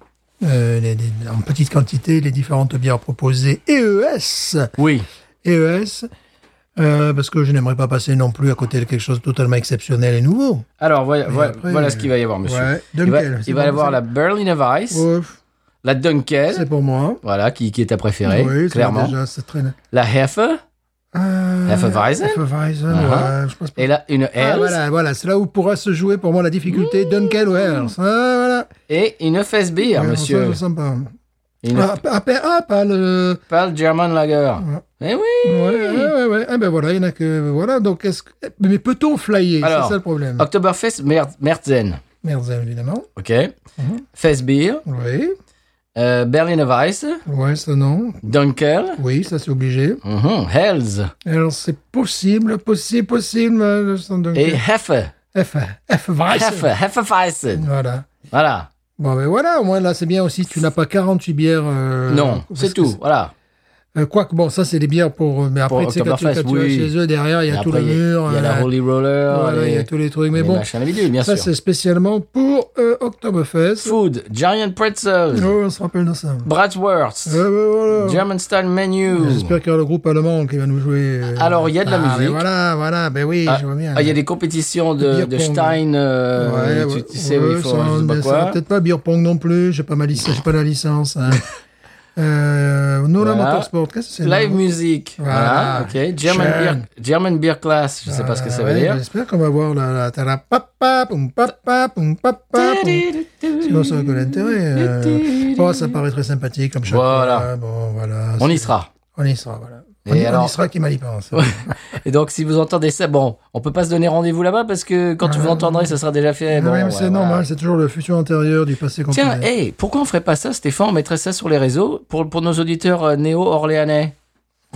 S2: euh, les- les- en petite quantité les différentes bières proposées E EES.
S1: Oui.
S2: EES, E euh, parce que je n'aimerais pas passer non plus à côté de quelque chose de totalement exceptionnel et nouveau.
S1: Alors voilà, voilà,
S2: après, euh,
S1: voilà ce qu'il va y avoir, monsieur.
S2: ouais,
S1: il va,
S2: Dunkel, c'est
S1: il va
S2: bon,
S1: y avoir
S2: ça
S1: la Berliner Weiss,
S2: Ouf,
S1: la
S2: c'est
S1: Dunkel,
S2: pour moi.
S1: voilà, qui, qui est ta préférée,
S2: oui, ça,
S1: clairement.
S2: Déjà, c'est très...
S1: La Hefe,
S2: Euh,
S1: Hefeweizen
S2: Hefeweizen,
S1: Ah.
S2: ouais, je pense pas.
S1: et là une Helles,
S2: Ah, voilà, voilà, c'est là où pourra se jouer pour moi la difficulté Dunkel ou Hells. Ah, voilà.
S1: et une FSB,
S2: Ouais, ça,
S1: monsieur.
S2: c'est sympa.
S1: Une
S2: Ah, ah, ah, ah, pas le.
S1: Pale German Lager. Eh oui
S2: Ouais, ouais, ouais, ouais. Ah ben voilà, il y en a que. Voilà, donc est-ce que. Mais peut-on flyer
S1: Alors,
S2: C'est ça le problème.
S1: Oktoberfest Mer- Merzen,
S2: Merde, évidemment.
S1: ok
S2: Mhm.
S1: FSB,
S2: Oui.
S1: euh, Berliner Weiss,
S2: Ouais, ça non.
S1: Dunkel,
S2: Oui, ça c'est obligé.
S1: mhm, Helles
S2: Alors c'est possible, possible, possible, euh, le stand donc.
S1: et Hefe.
S2: F. F.
S1: Hefe,
S2: Weiss.
S1: Hefeweizen.
S2: Voilà.
S1: Voilà.
S2: Bon, ben voilà, au moins là c'est bien aussi, tu n'as pas 48 bières. euh,
S1: non,
S2: parce
S1: c'est
S2: que
S1: tout, voilà.
S2: Euh, Quoique, bon, ça, c'est des bières pour. euh, Mais
S1: Pour
S2: après, tu sais, quand tu
S1: Oktoberfest,
S2: quand tu vas
S1: oui.
S2: chez eux, derrière, il y a
S1: Et
S2: tout
S1: après,
S2: le
S1: il y a-
S2: mur.
S1: Il y a la
S2: euh,
S1: Holy Roller.
S2: voilà,
S1: les-
S2: il y a tous les trucs. Mais
S1: les
S2: bon,
S1: machins à la bidule, bien
S2: ça,
S1: sûr.
S2: c'est spécialement pour euh, Oktoberfest.
S1: Food, Giant Pretzels,
S2: Oh, on se rappelle de ça.
S1: Bratwurst,
S2: Euh, ben, voilà.
S1: German Style Menu.
S2: J'espère qu'il y aura le groupe allemand qui va nous jouer. euh,
S1: Alors, il y a de la
S2: ah,
S1: musique.
S2: mais voilà, voilà, ben oui,
S1: Ah,
S2: je vois bien.
S1: ah, il y a des compétitions de,
S2: Beer
S1: de
S2: pong.
S1: Stein, euh,
S2: Ouais,
S1: tu,
S2: ouais,
S1: tu sais,
S2: ouais,
S1: oui, il faut,
S2: ça,
S1: je sais pas
S2: ça
S1: quoi.
S2: va peut-être pas beer pong non plus, j'ai pas ma licence, j'ai pas la licence. Hein. euh, Nola
S1: Voilà.
S2: Motorsport, qu'est-ce que c'est
S1: Live
S2: non
S1: music, voilà,
S2: Voilà.
S1: ok. German
S2: Schön.
S1: beer, German beer class, je sais pas ce que ça
S2: Ah,
S1: veut
S2: ouais,
S1: dire.
S2: J'espère qu'on va voir la, la tara papa, pum papa, pum papa, pum. Sinon, ça n'a aucun intérêt. euh. Bon, ça paraît très sympathique comme chaque
S1: Voilà.
S2: fois. Bon, voilà.
S1: On y
S2: c'est-
S1: sera.
S2: On y sera, voilà.
S1: Et
S2: on, y- on
S1: alors-
S2: y sera hein, qui mal y pense.
S1: Et donc, si vous entendez ça, bon, on peut pas se donner rendez-vous là-bas parce que quand vous l'entendrez, ça sera déjà fait.
S2: Ah. Mais
S1: Bon,
S2: même
S1: ouais,
S2: c'est
S1: voilà.
S2: normal, c'est toujours le futur antérieur du passé qu'on
S1: Tiens,
S2: connaît.
S1: hey, pourquoi on ferait pas ça, Stéphane On mettrait ça sur les réseaux pour, pour nos auditeurs euh, néo-orléanais.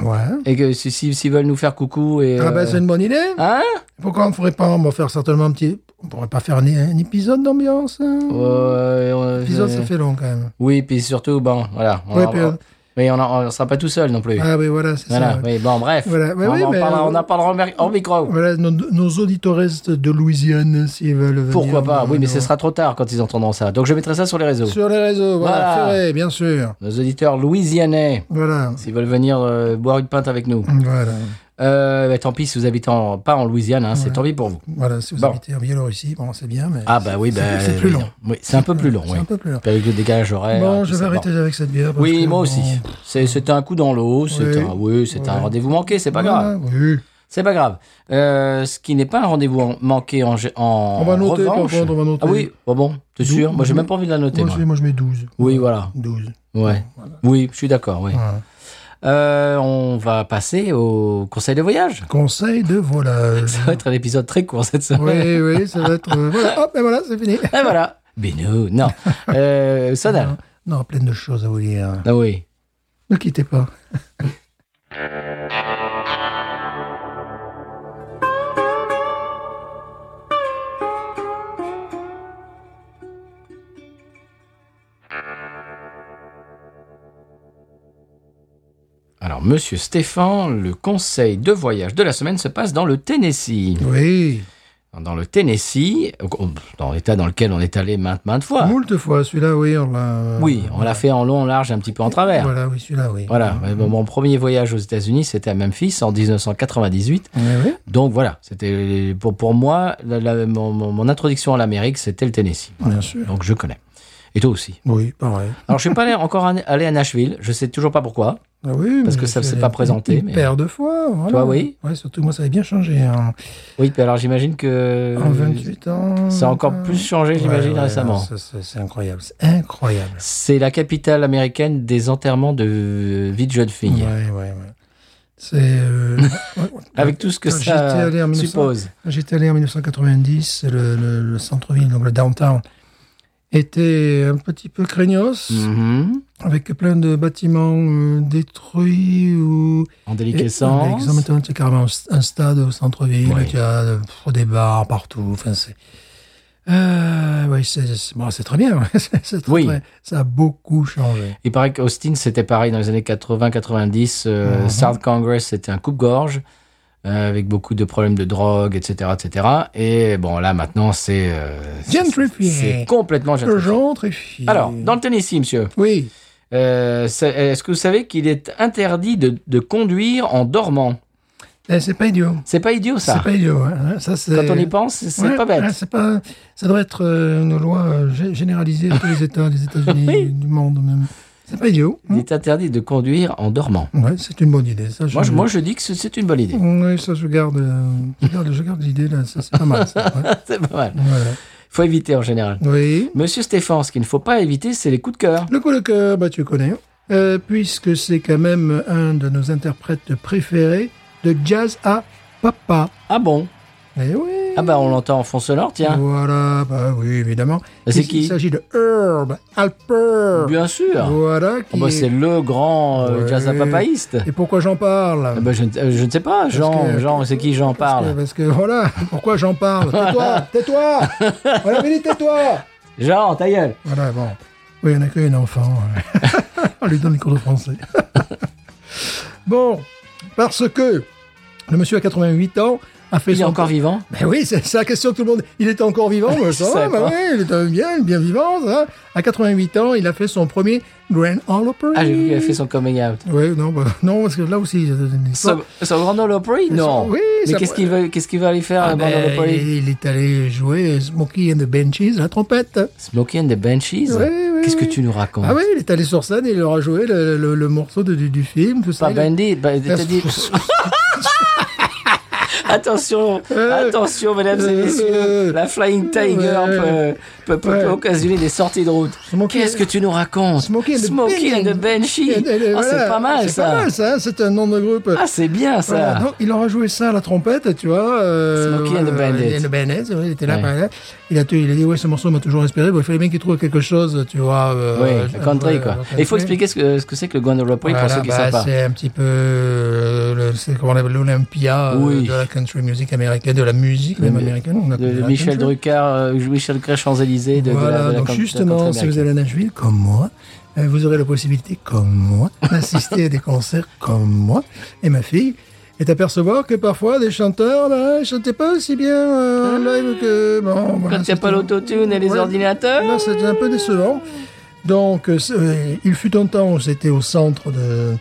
S2: Ouais.
S1: Et que si- si- s'ils veulent nous faire coucou et.
S2: Ah
S1: euh,
S2: ben c'est une bonne idée.
S1: Hein
S2: Pourquoi on ne ferait pas, on va faire certainement un petit, on pourrait pas faire un, un épisode d'ambiance. hein
S1: Ouais, on-
S2: Épisode,
S1: euh,
S2: ça fait long quand même.
S1: Oui, puis surtout, bon, voilà. On
S2: Ouais,
S1: en-
S2: puis, euh,
S1: Mais on ne sera pas tout seul non plus.
S2: Ah oui, voilà, c'est
S1: voilà,
S2: ça.
S1: oui, bon, bref.
S2: Voilà, ouais,
S1: on,
S2: oui,
S1: en
S2: mais- euh,
S1: parlera, on en parlera en mer- en micro.
S2: Voilà, nos, nos auditorestes de Louisiane, s'ils veulent venir.
S1: Pourquoi pas
S2: nous-
S1: Oui, mais
S2: nous-
S1: ce sera trop tard quand ils entendront ça. Donc je mettrai ça sur les réseaux.
S2: Sur les réseaux, voilà,
S1: Voilà.
S2: Ferré, bien sûr.
S1: Nos auditeurs louisianais,
S2: Voilà.
S1: s'ils veulent venir euh, boire une pinte avec nous.
S2: Voilà.
S1: Euh, bah, tant pis si vous habitez en- pas en Louisiane, hein, c'est tant pis pour vous.
S2: Voilà, si vous
S1: Bon.
S2: habitez en Biélorussie, bon, c'est bien, mais.
S1: Ah bah oui,
S2: c'est-
S1: bah,
S2: c'est plus
S1: oui,
S2: long.
S1: non. Oui, c'est un peu plus long,
S2: C'est
S1: oui.
S2: un peu plus long.
S1: Puis Avec le dégage horaire.
S2: Bon,
S1: ah, tout
S2: je vais
S1: ça, bon.
S2: arrêter avec cette bière. parce
S1: Oui, moi
S2: que, bon,
S1: aussi. C'est- C'était un coup dans l'eau, c'était
S2: Oui.
S1: un, oui, c'était un
S2: Ouais.
S1: rendez-vous manqué, c'est pas
S2: voilà,
S1: grave.
S2: Oui.
S1: C'est pas grave. Euh, ce qui n'est pas un rendez-vous en- manqué en, gé- en
S2: On va noter, par
S1: revanche.
S2: contre, on va noter.
S1: Ah oui, bon, bon, t'es
S2: Dou-
S1: sûr Moi, j'ai
S2: dou-
S1: même pas envie de la noter.
S2: Moi,
S1: moi.
S2: je, moi, je mets 12.
S1: Oui, voilà.
S2: 12.
S1: Ouais.
S2: Voilà.
S1: Oui, je suis d'accord. Oui.
S2: Voilà.
S1: Euh, on va passer au conseil de voyage.
S2: Conseil de volage.
S1: Ça va être un épisode très court cette semaine.
S2: oui, oui, ça va être. euh, voilà, hop, et voilà, c'est fini.
S1: Et voilà. Binou, non. Euh, Sonal.
S2: Non, plein de choses à vous dire.
S1: Ah oui.
S2: Ne quittez pas.
S1: Alors, monsieur Stéphane, le conseil de voyage de la semaine se passe dans le Tennessee.
S2: Oui.
S1: Dans le Tennessee, dans l'état dans lequel on est allé maintes, maintes fois.
S2: Moult fois, celui-là, oui, on l'a.
S1: Ah.
S2: euh,
S1: Oui, on l'a fait en long, en large, un petit peu en travers.
S2: Voilà, oui, celui-là, oui.
S1: Voilà, mais bon, mon premier voyage aux États-Unis, c'était à Memphis en 1998.
S2: Mais oui.
S1: Donc voilà, c'était pour, pour moi, la- la- mon, mon- mon introduction à l'Amérique, c'était le Tennessee.
S2: Bien sûr.
S1: Donc je connais. Et toi aussi.
S2: Oui, pareil.
S1: Alors je suis pas allé, encore allé- allé à Nashville, je sais toujours pas pourquoi.
S2: Ah oui,
S1: Parce
S2: mais
S1: que ça
S2: je
S1: s'est
S2: suis
S1: pas
S2: allé
S1: présenté,
S2: Une
S1: mais-
S2: paire de fois, voilà.
S1: Toi, oui.
S2: Ouais, surtout moi, ça avait bien changé. hein.
S1: Oui, puis alors j'imagine que
S2: En 28 ans.
S1: ça a Euh, encore plus changé,
S2: Ouais,
S1: j'imagine,
S2: ouais,
S1: récemment.
S2: ça, C'est c'est incroyable. C'est incroyable.
S1: C'est la capitale américaine des enterrements de vie de jeunes filles.
S2: Ouais, ouais, ouais. C'est. euh, ouais, ouais.
S1: Avec tout ce que
S2: Quand j'étais
S1: ça
S2: allé en 1900
S1: suppose.
S2: J'étais allé en 1990, le, le- le centre-ville, donc le downtown, était un petit peu craignos,
S1: Mhm.
S2: avec plein de bâtiments euh, détruits ou.
S1: En
S2: Et- Par
S1: déliquescence.
S2: exemple, maintenant, tu as carrément un st- un stade au centre-ville,
S1: Oui.
S2: tu as euh, pff, des bars partout. Enfin, c'est. Euh, oui, c'est c'est- bon, c'est très bien. c'est- c'est très,
S1: Oui.
S2: très- ça a beaucoup changé.
S1: Il paraît qu'Austin, c'était pareil dans les années 80-90. Euh,
S2: Mhm.
S1: South Congress, c'était un coupe-gorge euh, avec beaucoup de problèmes de drogue, etc. etc. Et bon, là, maintenant, c'est. euh, c'est-
S2: Gentrifié.
S1: C'est complètement
S2: Le
S1: gentrifié.
S2: genre très fi-
S1: Alors, dans le Tennessee, monsieur,
S2: Oui.
S1: euh, c'est- est-ce que vous savez qu'il est interdit de, de conduire en dormant
S2: Eh, c'est pas idiot.
S1: C'est pas idiot, ça.
S2: C'est pas idiot. hein. Ça, c'est-
S1: Quand on y pense, c'est
S2: Ouais,
S1: pas
S2: ouais,
S1: bête.
S2: c'est pas, ça devrait être euh, une loi euh, gé- généralisée à tous les États, des États-Unis,
S1: Oui.
S2: du monde même. C'est pas idiot. hein.
S1: Il est interdit de conduire en dormant.
S2: Ouais, c'est une bonne idée. Ça, je,
S1: Moi, je, moi, je dis que c'est- c'est une bonne idée.
S2: Ouais, ça, je garde, euh, je garde, je garde l'idée là. Ça, c'est pas mal. ça, ouais.
S1: c'est pas mal.
S2: Voilà.
S1: Faut éviter en général.
S2: Oui.
S1: Monsieur Stéphane, ce qu'il ne faut pas éviter, c'est les coups de cœur.
S2: Le coup de cœur, bah, tu connais, euh, puisque c'est quand même un de nos interprètes préférés de jazz à papa.
S1: Ah bon
S2: Eh oui.
S1: Ah bah on l'entend en fond sonore, tiens.
S2: Voilà, bah oui, évidemment.
S1: Bah, c'est
S2: Il-
S1: qui
S2: Il s'agit de Herb Alper.
S1: Bien sûr.
S2: Voilà.
S1: Ah
S2: Qui
S1: bah,
S2: est-
S1: c'est le grand euh,
S2: Ouais.
S1: jazz à papaïste.
S2: Et pourquoi j'en parle
S1: Ah bah, je, ne- euh, je ne sais pas, Jean,
S2: que-
S1: Jean, c'est qui Jean
S2: parce que,
S1: parle
S2: parce que voilà, pourquoi j'en parle Tais-toi, tais-toi On avait dit tais-toi
S1: Jean, ta gueule
S2: Voilà, bon. Oui, on accueille un enfant. on lui donne le cours de français. bon, parce que le monsieur à 88 ans a fait
S1: Il est
S2: son...
S1: encore vivant
S2: Ben oui, c'est c'est la question que tout le monde. Il était encore vivant,
S1: Je
S2: me semble.
S1: savais
S2: Ben
S1: pas.
S2: oui, il était bien, bien vivant. Ça. À 88 ans, il a fait son premier Grand Ole Opry.
S1: Ah, j'ai vu qu'il a fait son coming out.
S2: Oui, non, bah, non, parce que là aussi, il y a une histoire.
S1: Son, son grand Ole Opry Non.
S2: Oui,
S1: Mais
S2: ça-
S1: qu'est-ce qu'il veut, qu'est-ce qu'il veut aller faire,
S2: Ah
S1: le grand
S2: ben,
S1: Ole Opry
S2: il, il est allé jouer Smokey and the Benchies, la trompette.
S1: Smokey and the Benchies
S2: Oui, oui,
S1: Qu'est-ce que
S2: oui.
S1: tu nous racontes
S2: Ah oui, il est allé sur scène et il leur a joué le, le- le morceau de- du, du film, tout ça.
S1: Pas
S2: Il a-
S1: Bandit, bah, t'as dit- Attention,
S2: Euh,
S1: attention, mesdames et
S2: euh,
S1: messieurs, la Flying Tiger
S2: ouais.
S1: peut, peut- peut- peut
S2: Ouais.
S1: occasionner des sorties de route.
S2: Smokey-
S1: Qu'est-ce que tu nous racontes
S2: Smokey and the
S1: and the Banshee.
S2: Et- et- et
S1: Ah,
S2: voilà,
S1: c'est pas mal
S2: C'est pas
S1: ça.
S2: mal ça, hein, c'est un nom de groupe.
S1: Ah, c'est bien
S2: Voilà,
S1: ça.
S2: donc, Euh, il aura joué ça à la trompette, tu vois. euh,
S1: Smokey and the
S2: voilà,
S1: Bandit.
S2: and the Bandits, oui, il était là.
S1: Ouais.
S2: par là. Il, a, tu- il a dit, ouais, ce morceau m'a toujours inspiré. Bon, il fallait bien qu'il trouve quelque chose, tu vois. euh,
S1: Oui, le country quoi. Et Il faut expliquer ce que ce que c'est que le Guantanamo pour
S2: Voilà,
S1: ceux qui ne
S2: bah,
S1: savent pas.
S2: C'est un petit peu euh, le- c'est comment on appelle, l'Olympia euh,
S1: Oui.
S2: de la country music américaine, de la musique même
S1: Le-
S2: américaine. on appelle
S1: De
S2: la
S1: Michel
S2: country.
S1: Drucker, euh, Michel Drucker, Champs-Élysées, de, de
S2: Voilà,
S1: la- de la,
S2: donc
S1: country- de
S2: justement,
S1: la
S2: si
S1: country
S2: vous allez à Nashville comme moi, euh, vous aurez la possibilité comme moi d'assister à des concerts comme moi et ma fille. Et d'apercevoir que parfois des chanteurs bah, ils chantaient pas aussi bien euh, en live que bon.
S1: américaine. Ah,
S2: voilà,
S1: Quand il n'y a
S2: c'était-
S1: pas l'autotune et les
S2: Ouais.
S1: ordinateurs.
S2: Là, c'était un peu décevant. Donc, euh, c'est- euh, il fut un temps où c'était au centre de,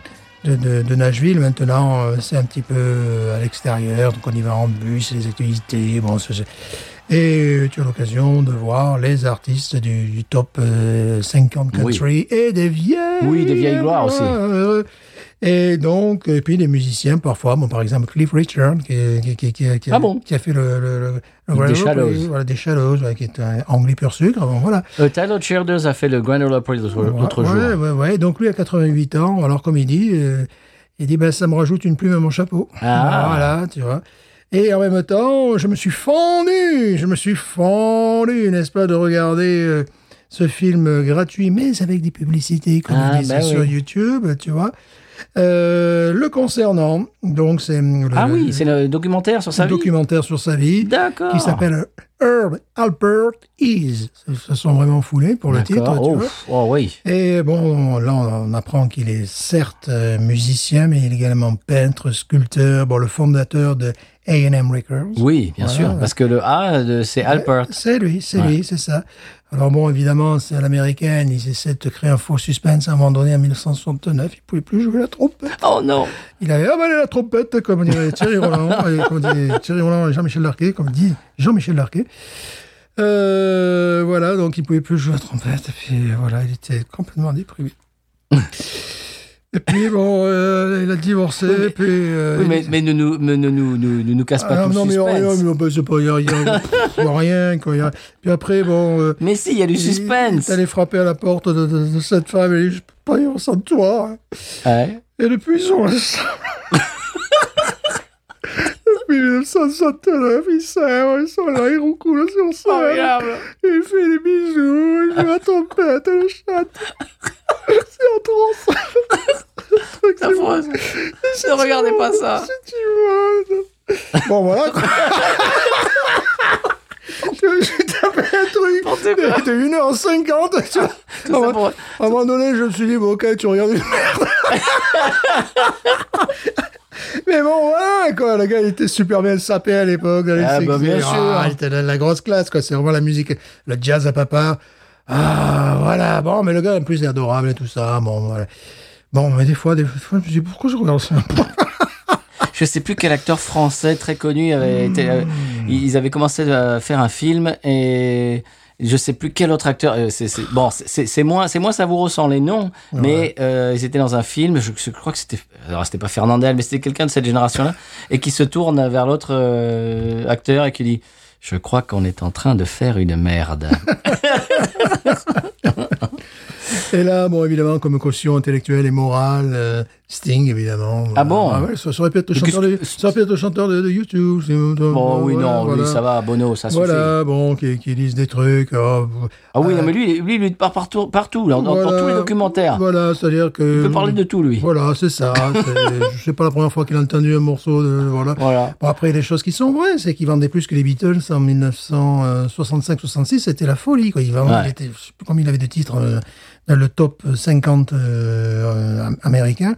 S2: de, de- de Nashville. Maintenant, euh, c'est un petit peu euh, à l'extérieur. Donc, on y va en bus, les activités. Bon, c'est- c'est- et euh, tu as l'occasion de voir les artistes du, du top euh, 50 country et des vieilles.
S1: Oui, des vieilles gloires aussi.
S2: euh, Et donc, et puis les musiciens, parfois, bon, par exemple Cliff Richard, qui, est- qui, qui, qui, qui a,
S1: Ah bon
S2: qui a fait le, le, le- le-
S1: Des
S2: le-
S1: Shallows.
S2: voilà, des Shallows, ouais, qui est un anglais pur sucre. Bon, voilà.
S1: Euh, Tyler Childers a fait le Granola Party l'autre l'autre
S2: ouais,
S1: jour.
S2: Ouais, ouais, ouais. Donc lui a 88 ans. Alors comme il dit, euh, il dit ben ça me rajoute une plume à mon chapeau.
S1: Ah.
S2: Voilà, tu vois. Et en même temps, je me suis fondu, je me suis fondu, n'est-ce pas, de regarder euh, ce film gratuit, mais avec des publicités comme
S1: Ah,
S2: ils disent
S1: bah
S2: sur
S1: oui.
S2: YouTube, tu vois. Euh, le concernant, donc c'est euh, le-
S1: Ah oui, c'est le documentaire sur sa
S2: un
S1: vie.
S2: documentaire sur sa vie
S1: D'accord.
S2: qui s'appelle Herb Alpert Is. Ça sent vraiment foulé pour le titre.
S1: D'accord.
S2: tu
S1: Oh,
S2: vois.
S1: pff, oh oui.
S2: Et bon, là, on on apprend qu'il est certes euh, musicien, mais il est également peintre, sculpteur, bon, le fondateur de A&M Records.
S1: Oui, bien
S2: Voilà.
S1: sûr. Parce que le A, de- c'est Alpert.
S2: C'est lui, c'est
S1: Ouais.
S2: lui, c'est ça. Alors bon, évidemment, c'est à l'américaine, ils essaient de créer un faux suspense à un moment donné, en 1969, il pouvait plus jouer la trompette.
S1: Oh non.
S2: Il avait avalé la trompette, comme dirait Thierry Roland, et comme dit Thierry Roland et Jean-Michel Larquet, comme dit Jean-Michel Larquet. Euh, voilà, donc il pouvait plus jouer la trompette, et puis voilà, il était complètement déprivé. et puis bon, euh, il a divorcé,
S1: Oui, mais-
S2: puis... euh,
S1: Oui,
S2: il-
S1: mais, mais ne nous, mais ne nous, nous, nous, nous casse pas
S2: Ah,
S1: tout
S2: non,
S1: le
S2: mais
S1: suspense.
S2: rien, mais bah, c'est pas, il y a rien, il y a rien, quoi. il y a- Puis après, bon... euh,
S1: Mais si, il y a du
S2: il-
S1: suspense.
S2: Il est allé frapper à la porte de, de- de cette femme, et il dit, je peux pas y ressentir toi. hein.
S1: Ouais.
S2: Et depuis, ils sont ensemble. Depuis 1969, ils s'aiment, ils sont là, ils roucoulent
S1: Oh,
S2: sur scène. il fait des bisous, il joue la trompette, le chatte. C'est atroce. Le truc, c'est-
S1: affreux.
S2: si
S1: Ne
S2: tu
S1: regardez
S2: vois,
S1: pas ça.
S2: Si tu vois. Bon, voilà. quoi. Je je tapais un truc
S1: N'importe quoi.
S2: de 1h50. tu vois.
S1: Tout ça pour-
S2: À un moment donné, je me suis dit, bon, ok, tu regardes une merde. Mais bon, voilà, quoi. Le gars, il était super bien sapé à l'époque. dans les
S1: Ah, bah,
S2: 60s.
S1: bien sûr.
S2: Ah, il était de la grosse classe, quoi. C'est vraiment la musique, le jazz à papa. Ah, voilà. Bon, mais le gars, en plus, il est adorable et tout ça. Bon, voilà. Bon, mais des fois, des fois, je me dis, pourquoi je regarde ça
S1: Je sais plus quel acteur français très connu avait
S2: Hmm.
S1: été. euh, ils avaient commencé à faire un film et je sais plus quel autre acteur. euh, c'est- c'est- bon, c'est- c'est c'est moins, c'est moins savoureux sans les noms, mais euh, ils étaient dans un film. Je, je crois que c'était. Alors c'était pas Fernandel, mais c'était quelqu'un de cette génération-là et qui se tourne vers l'autre euh, acteur et qui dit. Je crois qu'on est en train de faire une merde.
S2: Et là, bon, évidemment, comme caution intellectuelle et morale, euh, Sting, évidemment.
S1: Ah bon
S2: ouais, ça, ça aurait pu être le
S1: Mais
S2: chanteur, de,
S1: qu'est-ce que-
S2: ça aurait pu être le chanteur de, de YouTube. c'est-
S1: Bon, oui,
S2: voilà,
S1: non, lui,
S2: voilà.
S1: ça va, Bono, ça suffit.
S2: Voilà, bon, qui, qui lisent des trucs. oh,
S1: Ah oui,
S2: euh,
S1: non, mais lui, lui, lui part partout, partout, là, dans, dans
S2: voilà,
S1: tous les documentaires.
S2: Voilà, c'est-à-dire que.
S1: Il peut parler de tout, lui.
S2: Voilà, c'est ça. c'est- Je sais pas la première fois qu'il a entendu un morceau de. Voilà.
S1: Voilà.
S2: Bon, après, les choses qui sont vraies, c'est qu'il vendait plus que les Beatles en 1965-66, c'était la folie. Quoi. Il vendait,
S1: Ouais.
S2: il était, je sais plus combien il avait de titres euh, dans le top 50 euh, euh, am- américain.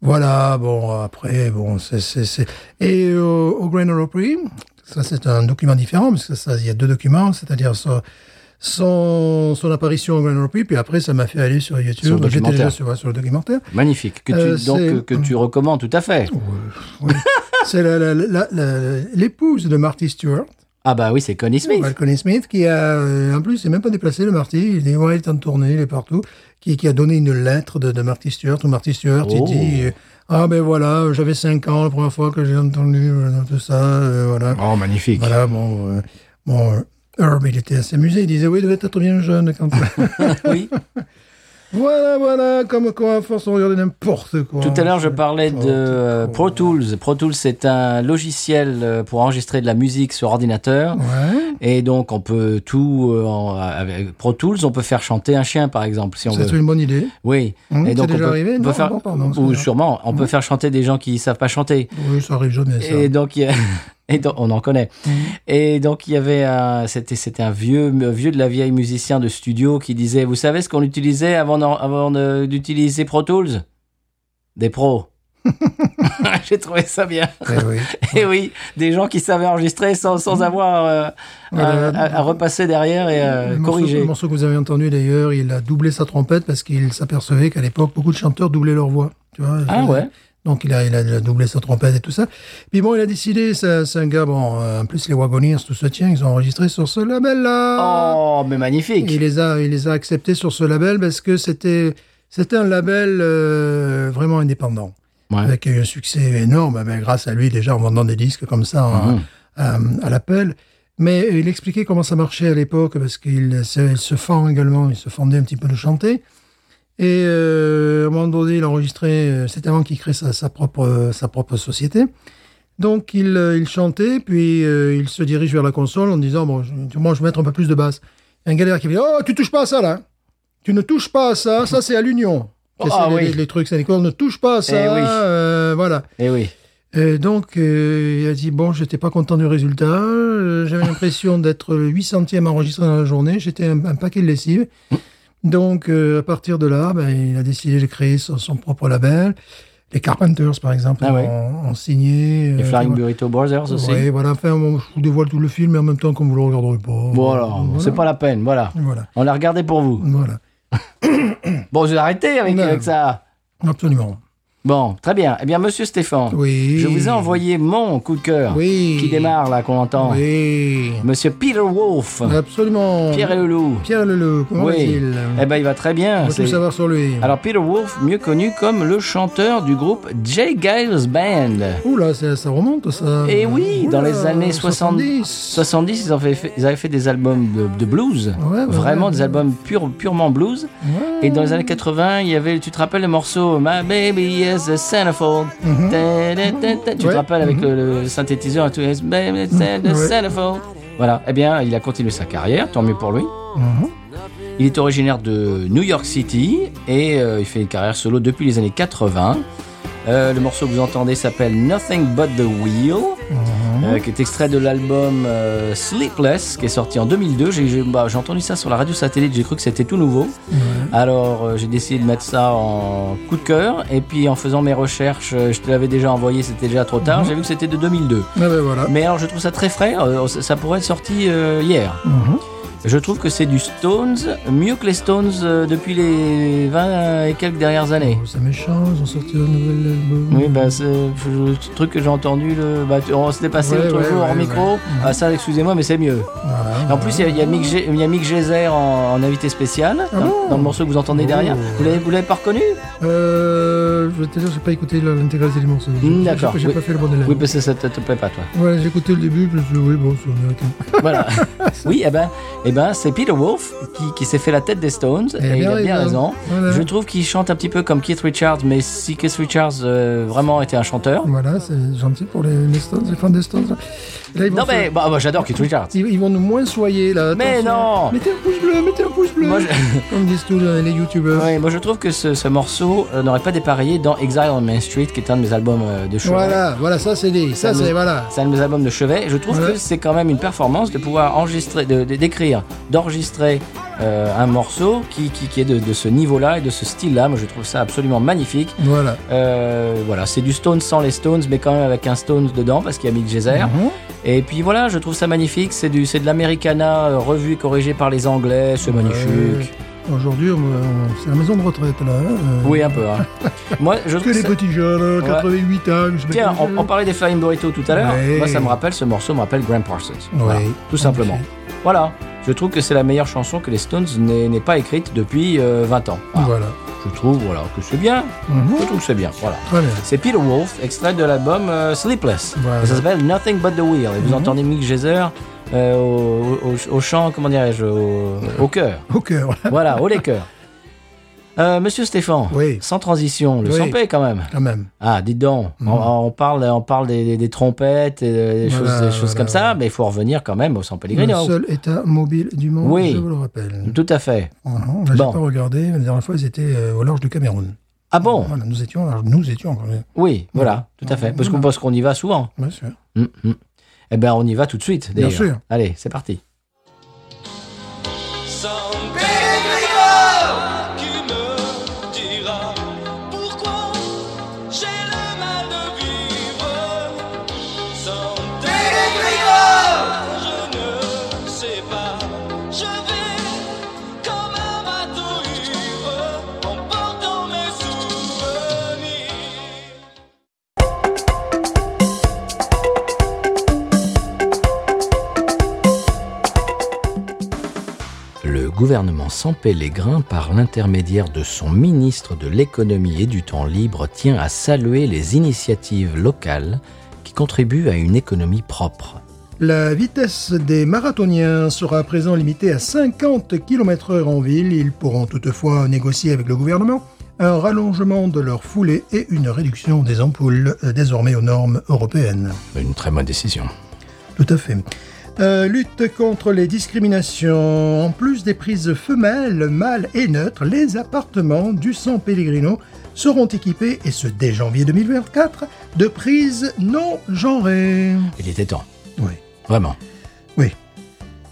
S2: Voilà, bon, après, bon, c'est... c'est- c'est- Et euh, au Grand Prix, ça c'est un document différent, parce que ça, il y a deux documents, c'est-à-dire son, son, son apparition au Grand Prix, puis après, ça m'a fait aller sur
S1: Sur le
S2: YouTube. J'étais déjà
S1: documentaire.
S2: sur, sur le documentaire.
S1: Magnifique. Que tu,
S2: Euh,
S1: donc,
S2: c'est-
S1: que, que tu recommandes tout à fait.
S2: Ouais. c'est la- la- la- la- l'épouse de Marty Stewart,
S1: Ah bah oui, c'est Connie Smith.
S2: Malcolm Smith, qui a, euh, en plus, il même pas déplacé le Marty, il est ouais, il est en tournée, il est partout, qui, qui a donné une lettre de, de Marty Stewart, où Marty Stewart,
S1: Oh.
S2: il dit, euh, ah ben voilà, j'avais 5 ans la première fois que j'ai entendu euh, tout ça, euh, voilà.
S1: Oh, magnifique.
S2: Voilà, bon, euh, bon, euh, Herb, il était assez amusé, il disait, oui, il devait être bien jeune quand...
S1: oui.
S2: voilà, voilà, comme quoi, à force, on regardait n'importe quoi.
S1: Tout à l'heure, je parlais de
S2: N'importe
S1: euh,
S2: quoi.
S1: Pro Tools. Pro Tools, c'est un logiciel euh, pour enregistrer de la musique sur ordinateur.
S2: Ouais,
S1: Et donc, on peut tout... euh, en- avec Pro Tools, on peut faire chanter un chien, par exemple, si on
S2: c'est
S1: veut.
S2: une bonne idée.
S1: Oui.
S2: Hum,
S1: et
S2: c'est
S1: donc, on
S2: déjà
S1: peut,
S2: arrivé
S1: on peut
S2: Non,
S1: faire...
S2: non, pardon, c'est Mmh.
S1: ou
S2: bien.
S1: sûrement, on peut faire chanter des gens qui savent pas chanter.
S2: Oui, ça arrive jamais, ça.
S1: Et donc, il y a- et donc- on en connaît.
S2: Mm.
S1: Et donc, il y avait un, c'était, c'était un vieux, vieux de la vieille musicien de studio qui disait, vous savez ce qu'on utilisait avant, d'en- avant de- d'utiliser Pro Tools? Des pros. J'ai trouvé ça bien.
S2: Eh oui.
S1: Et oui, des gens qui savaient enregistrer sans,
S2: Mm.
S1: sans avoir euh,
S2: Voilà.
S1: à, à- à repasser derrière et euh,
S2: le, morceau, le
S1: corriger.
S2: morceau que vous avez entendu d'ailleurs, il a doublé sa trompette parce qu'il s'apercevait qu'à l'époque, beaucoup de chanteurs doublaient leur voix. Tu vois,
S1: Ah ouais.
S2: Donc il a, il a doublé sa trompette et tout ça. Puis bon, il a décidé, ça- c'est un gars, bon, euh, en plus les Wagoneers, tout se tient, ils ont enregistré sur ce label-là.
S1: Oh, mais magnifique.
S2: Il les a, il les a acceptés sur ce label parce que c'était C'est un label euh, vraiment indépendant,
S1: Ouais.
S2: avec un succès énorme, ben, grâce à lui déjà en vendant des disques comme ça en- euh,
S1: Mhm.
S2: à, à l'appel. Mais il expliquait comment ça marchait à l'époque, parce qu'il se, il se fend également, il se fendait un petit peu de chanter. Et euh, à un moment donné, il enregistrait, euh, c'était avant qu'il crée sa, sa propre, euh, sa propre société. Donc il, euh, il chantait, puis euh, il se dirige vers la console en disant, bon, je, moi je vais mettre un peu plus de basse. Il y a un galère qui dit, oh, tu touches pas à ça là. Tu ne touches pas à ça, ça c'est à l'union.
S1: Ah,
S2: C'est les,
S1: oui. Eh
S2: les- les trucs, c'est les cordes, ne touche pas à ça.
S1: oui.
S2: euh, voilà.
S1: Eh oui.
S2: Et donc, euh, il a dit Bon, j'étais pas content du résultat. euh, J'avais l'impression d'être le 800e enregistré dans la journée. J'étais un, un paquet de lessive. Donc, euh, à partir de là, ben, il a décidé de créer son, son propre label. Les Carpenters, par exemple,
S1: Ah ouais.
S2: ont, ont signé.
S1: Les
S2: euh,
S1: Flying Burrito Brothers aussi.
S2: Ouais, voilà. Enfin, bon, je vous dévoile tout le film, mais en même temps, comme vous le regarderez pas.
S1: Bon alors, c'est pas la peine, voilà.
S2: Voilà.
S1: On l'a regardé pour vous.
S2: Voilà.
S1: Bon, je vais arrêter avec,
S2: Non.
S1: avec ça.
S2: Absolument.
S1: Bon, très bien. Eh bien, monsieur Stéphane,
S2: Oui.
S1: je vous ai envoyé mon coup de cœur
S2: Oui.
S1: qui démarre là, qu'on entend.
S2: Oui.
S1: Monsieur Peter Wolf,
S2: Absolument.
S1: Ah. Pierre et le loup.
S2: Pierre Leleu, comment
S1: Oui.
S2: va-t-il
S1: Eh ben, il va très
S2: On
S1: bien.
S2: va tout
S1: c'est-
S2: savoir sur lui.
S1: Alors, Peter Wolf, mieux connu comme le chanteur du groupe Jay Giles Band.
S2: Oula, ça, ça remonte, ça.
S1: Et oui, dans
S2: Oula,
S1: les années 70, 70 ils, ont fait- fait- ils avaient fait des albums de, de blues,
S2: Ouais, ouais,
S1: vraiment
S2: ouais.
S1: des albums pure- purement blues.
S2: Ouais.
S1: Et dans les années 80, il y avait, tu te rappelles le morceau My Baby is a Centerfold.
S2: Mhm.
S1: Ta- ta- ta- ta- Tu
S2: Ouais. Mhm.
S1: te rappelles avec le, le synthétiseur et tout, Yes, baby, it's a
S2: Ouais.
S1: centerfold. Voilà, eh bien, il a continué sa carrière, tant mieux pour lui.
S2: Mhm.
S1: Il est originaire de New York City et euh, il fait une carrière solo depuis les années 80. Euh, le morceau que vous entendez s'appelle Nothing But the Wheel,
S2: Mhm.
S1: euh, qui est extrait de l'album euh, Sleepless, qui est sorti en 2002. J'ai j'ai- bah, j'ai entendu ça sur la radio satellite, j'ai cru que c'était tout nouveau. Alors euh, j'ai décidé de mettre ça en coup de cœur. Et puis en faisant mes recherches, euh, je te l'avais déjà envoyé, c'était déjà trop tard.
S2: Mhm.
S1: J'ai vu que c'était de 2002.
S2: Ah ben voilà.
S1: Mais alors je trouve ça très frais, euh, ça ça pourrait être sorti euh, hier.
S2: Mhm.
S1: Je trouve que c'est du Stones, mieux que les Stones euh, depuis les 20 et quelques dernières années.
S2: Oh, c'est méchant, ils ont sorti un nouvel album.
S1: Oui, bah, c'est le truc que j'ai entendu, le, bah, tu- on s'était passé
S2: Ouais,
S1: l'autre
S2: ouais,
S1: jour en
S2: ouais, Mhm.
S1: micro.
S2: ouais.
S1: Ah, ça, excusez-moi, mais c'est mieux.
S2: Voilà,
S1: Et en plus, il y a- il y, a Mick Ge- il y a Mick Geyser en, en invité spécial,
S2: Ah
S1: dans,
S2: bon
S1: dans le morceau que vous entendez
S2: Oh.
S1: derrière. Vous l'avez- vous l'avez pas reconnu
S2: Euh, je vais te dire, j'ai pas écouté la- l'intégralité des morceaux. J'ai-
S1: Mm,
S2: j'ai-
S1: d'accord,
S2: J'ai
S1: oui.
S2: pas fait le bon élève.
S1: Oui, parce que ça te, te plaît pas, toi.
S2: Voilà, j'ai écouté le début, je me suis dit, oui, bon, c'est américain.
S1: Voilà. oui, eh ben, eh ben c'est Peter Wolf qui, qui s'est fait la tête des Stones, et, il a bien raison.
S2: Voilà.
S1: Je trouve qu'il chante un petit peu comme Keith Richards, mais si Keith Richards euh, vraiment était un chanteur.
S2: Voilà, c'est gentil pour les, les Stones, les fans des Stones. Là, ils vont
S1: Non,
S2: se-
S1: mais bah, bah, j'adore Keith Richards.
S2: Ils, ils vont nous moins soyer là.
S1: Mais
S2: Attention.
S1: non
S2: Mettez un pouce bleu, mettez un pouce bleu
S1: Moi, je-
S2: Comme disent tous les les youtubeurs.
S1: Ouais, moi je trouve que ce, ce morceau euh, n'aurait pas dépareillé dans Exile on Main Street, qui est un de mes albums euh, de chevet.
S2: Voilà, voilà, ça c'est dit. Ça
S1: Ça
S2: c'est
S1: nous-
S2: voilà.
S1: C'est un de mes albums de chevet. Je trouve
S2: Ouais.
S1: que c'est quand même une performance de pouvoir enregistrer, de- de- d'écrire, d'enregistrer euh, un morceau qui, qui, qui est de, de ce niveau-là et de ce style-là. Moi je trouve ça absolument magnifique.
S2: Voilà.
S1: Euh, voilà, c'est du Stones sans les Stones, mais quand même avec un Stones dedans parce qu'il y a Mick Jagger.
S2: Mhm.
S1: Et puis voilà, je trouve ça magnifique. C'est du, c'est de l'Americana euh, revu et corrigé par les Anglais. C'est magnifique.
S2: Aujourd'hui, on- on- c'est la maison de retraite là. hein, euh,
S1: Oui, un peu. hein. Moi, je
S2: Que
S1: trouve
S2: les
S1: ça-
S2: petits jeunes, 88 ans. je sais
S1: Tiens,
S2: pas
S1: on, on parlait des Flying Burrito tout à l'heure.
S2: Ouais.
S1: Moi, ça me rappelle ce morceau, me rappelle Graham Parsons.
S2: Ouais.
S1: Voilà,
S2: En
S1: tout simplement.
S2: effet.
S1: Voilà. Je trouve que c'est la meilleure chanson que les Stones n'aient n'aient pas écrite depuis euh, 20 ans. Voilà.
S2: Voilà.
S1: Je trouve voilà, que c'est bien.
S2: Mhm.
S1: Je trouve que c'est bien. Voilà.
S2: Très bien.
S1: C'est Peter Wolf, extrait de l'album euh, Sleepless.
S2: Voilà. Mhm.
S1: Et Ça s'appelle Nothing But The Wheel. Et vous entendez Mick Jagger euh, au, au- au chant, comment dirais-je, au, au cœur.
S2: Au cœur.
S1: Voilà, au les cœurs. Euh, Monsieur Stéphane,
S2: Oui.
S1: sans transition, le
S2: Oui.
S1: sans paix quand même.
S2: Quand même.
S1: Ah, dites donc,
S2: Mhm.
S1: on, on parle, on parle des, des- des trompettes, et des,
S2: Voilà,
S1: choses, des choses
S2: voilà,
S1: comme
S2: voilà.
S1: ça, mais il faut revenir quand même au San
S2: Le
S1: Pellegrino.
S2: seul état mobile du monde,
S1: Oui.
S2: je vous le rappelle.
S1: Tout à fait.
S2: Mhm. Là, J'ai
S1: Bon.
S2: pas regardé, la dernière fois ils étaient euh, au large du Cameroun.
S1: Ah bon
S2: Voilà, nous étions, au large- nous étions quand même.
S1: Oui, voilà, tout à fait. Parce qu'on
S2: Voilà.
S1: pense qu'on y va souvent.
S2: Bien sûr.
S1: Hum, hum. Eh bien, on y va tout de suite,
S2: Bien
S1: d'ailleurs.
S2: sûr.
S1: Allez, c'est parti.
S3: Sans Pellegrino qui me dira pourquoi j'ai le mal de vivre. Sans Pellegrino, je ne sais pas. Je vais comme un bateau ivre en portant mes souvenirs.
S1: gouvernement sans Pélégrin, par l'intermédiaire de son ministre de l'économie et du temps libre, tient à saluer les initiatives locales qui contribuent à une économie propre.
S2: La vitesse des marathoniens sera à présent limitée à 50 km/h en ville. Ils pourront toutefois négocier avec le gouvernement un rallongement de leur foulée et une réduction des ampoules, euh, désormais aux normes européennes.
S1: Une très bonne décision.
S2: Tout à fait. Euh, lutte contre les discriminations. En plus des prises femelles, mâles et neutres, les appartements du San Pellegrino seront équipés, et ce dès janvier 2024, de prises non genrées.
S1: Il était temps,
S2: Oui.
S1: vraiment.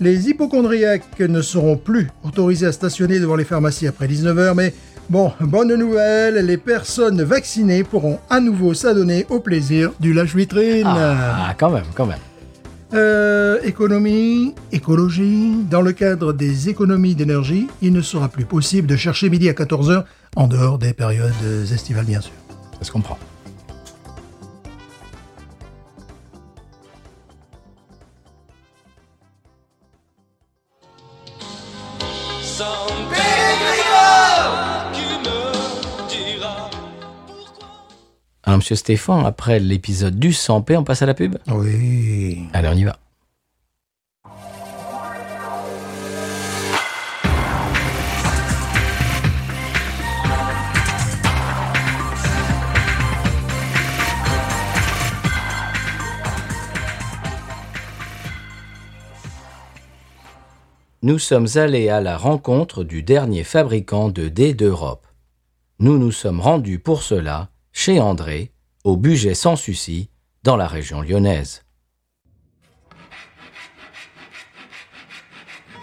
S2: Les hypochondriaques ne seront plus autorisés à stationner devant les pharmacies après 19h, mais bon, bonne nouvelle, les personnes vaccinées pourront à nouveau s'adonner au plaisir du lâche-vitrine.
S1: Ah, quand même, quand même.
S2: Euh, économie, écologie. Dans le cadre des économies d'énergie, il ne sera plus possible de chercher midi à 14h en dehors des périodes estivales, bien sûr.
S1: Ça se comprend.
S3: San Pellegrino Qui me dira pourquoi
S1: Alors, monsieur Stéphane, après l'épisode du 100p, on passe à la pub
S2: Oui.
S1: Allez, on y va. Nous sommes allés à la rencontre du dernier fabricant de dés d'Europe. Nous nous sommes rendus pour cela chez André, au Buget sans souci, dans la région lyonnaise.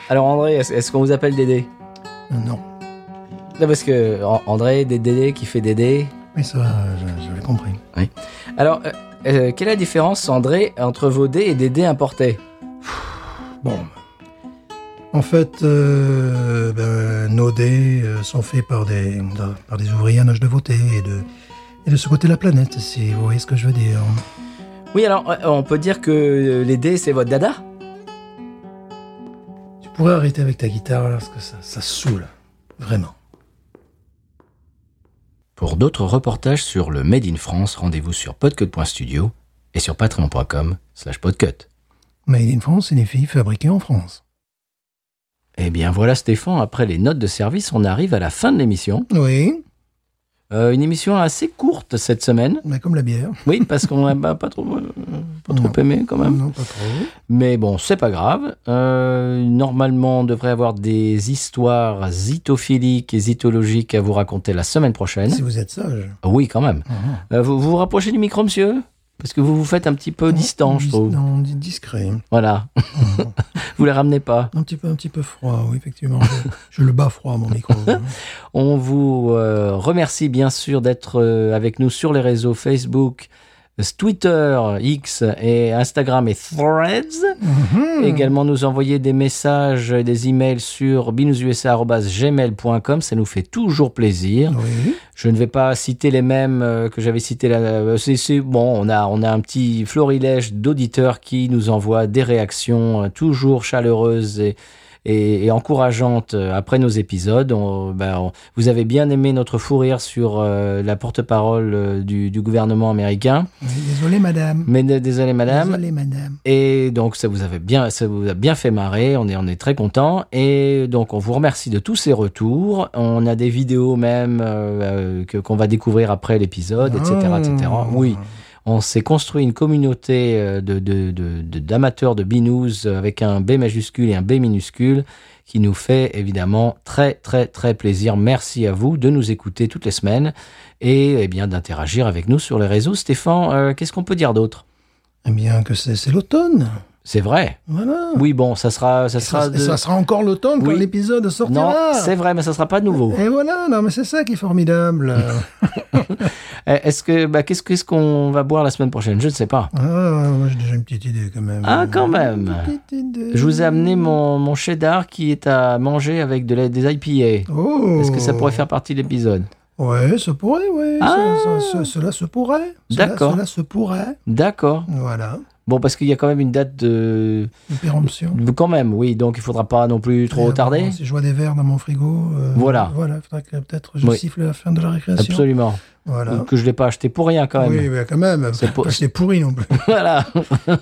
S1: Alors André, est-ce est-ce qu'on vous appelle Dédé
S2: Non.
S1: Non, parce que An- André, Dé- Dédé qui fait Dédé.
S2: Mais ça, va, je- j'avais compris.
S1: Alors, euh, euh, quelle est la différence, André, entre vos dés et Dédé importés
S2: Bon. En fait, euh, ben, nos dés euh, sont faits par des, par des ouvriers en âge de voter et de, et de ce côté de la planète, si vous voyez ce que je veux dire.
S1: Oui, alors euh, on peut dire que euh, les dés, c'est votre dada
S2: Tu pourrais arrêter avec ta guitare, là, parce que ça, ça saoule. Vraiment.
S1: Pour d'autres reportages sur le Made in France, rendez-vous sur podcut.studio et sur patreon.com slash podcut.
S2: Made in France signifie fabriqué en France.
S1: Eh bien voilà Stéphane, après les notes de service, on arrive à la fin de l'émission.
S2: Oui,
S1: Euh, une émission assez courte cette semaine.
S2: mais comme la bière.
S1: Oui, parce qu'on n'a pas trop, euh, pas trop
S2: Non.
S1: aimé quand même.
S2: Non, pas trop.
S1: Mais bon, c'est pas grave. Euh, normalement, on devrait avoir des histoires zitophiliques et zitologiques à vous raconter la semaine prochaine.
S2: Si vous êtes sage.
S1: Oui, quand même.
S2: Ah.
S1: Euh, vous vous vous rapprochez du micro, monsieur Parce que vous vous faites un petit peu distant, je
S2: Dis-
S1: trouve.
S2: Non, dis- discret.
S1: Voilà. vous la ramenez pas.
S2: Un petit peu, un petit peu froid, oui, effectivement. Je, je le bats froid, mon micro.
S1: On vous euh, remercie bien sûr d'être euh, avec nous sur les réseaux Facebook, euh, Twitter, X et Instagram et Threads.
S2: Mhm.
S1: Également, nous envoyer des messages, et des emails sur binoususa.gmail.com. Ça nous fait toujours plaisir.
S2: Oui.
S1: Je ne vais pas citer les mêmes euh, que j'avais cités là. euh, c'est- c'est- bon, on a, on a un petit florilège d'auditeurs qui nous envoient des réactions euh, toujours chaleureuses et, et, et encourageantes euh, après nos épisodes. On- ben, on- vous avez bien aimé notre fou rire sur euh, la porte-parole euh, du, du gouvernement américain.
S2: Oui, Désolé, madame.
S1: Mais euh, désolé, madame.
S2: Désolé, madame.
S1: Et donc ça vous avait bien, ça vous a bien fait marrer. On est, on est très content. Et donc on vous remercie de tous ces retours. On a des vidéos même euh, euh, que qu'on va découvrir après l'épisode, etc.,
S2: Ah.
S1: etc. Oui, on s'est construit une communauté euh, de de- de- de- d'amateurs de, binous euh, avec un B majuscule et un B minuscule qui nous fait évidemment très très très plaisir. Merci à vous de nous écouter toutes les semaines et eh bien d'interagir avec nous sur les réseaux. Stéphane, euh, qu'est-ce qu'on peut dire d'autre
S2: Eh bien, que c'est c'est l'automne.
S1: C'est vrai.
S2: Voilà.
S1: Oui, bon, ça sera, ça sera.
S2: Ça,
S1: de-
S2: ça sera encore l'automne quand
S1: Oui.
S2: l'épisode
S1: non,
S2: sortira.
S1: c'est vrai, mais ça sera pas de nouveau.
S2: Et voilà, non, mais c'est ça qui est formidable.
S1: Eh, Est-ce que, bah, qu'est-ce qu'est-ce qu'on va boire la semaine prochaine Je ne sais pas.
S2: ah, moi j'ai déjà une petite idée quand même.
S1: Ah, quand même.
S2: Une petite idée.
S1: Je vous ai amené mon, mon cheddar qui est à manger avec de la- des IPA.
S2: Oh.
S1: Est-ce que ça pourrait faire partie de l'épisode
S2: Ouais, ça pourrait, ouais.
S1: Ah.
S2: Ça- ça- ça- cela se pourrait. Cela-
S1: D'accord.
S2: Cela se pourrait.
S1: D'accord.
S2: Voilà.
S1: Bon, parce qu'il y a quand même une date de.
S2: de péremption.
S1: Quand même, oui, donc il faudra pas non plus trop
S2: Très
S1: tarder.
S2: important. Si je vois des verres dans mon frigo, euh,
S1: Voilà.
S2: Voilà, faudra que peut-être je
S1: Oui.
S2: siffle à la fin de la récréation.
S1: Absolument.
S2: Voilà.
S1: Que je l'ai pas acheté pour rien quand même.
S2: Oui, mais quand même.
S1: C'est pour-
S2: Pas que C'est pourri non plus.
S1: Voilà.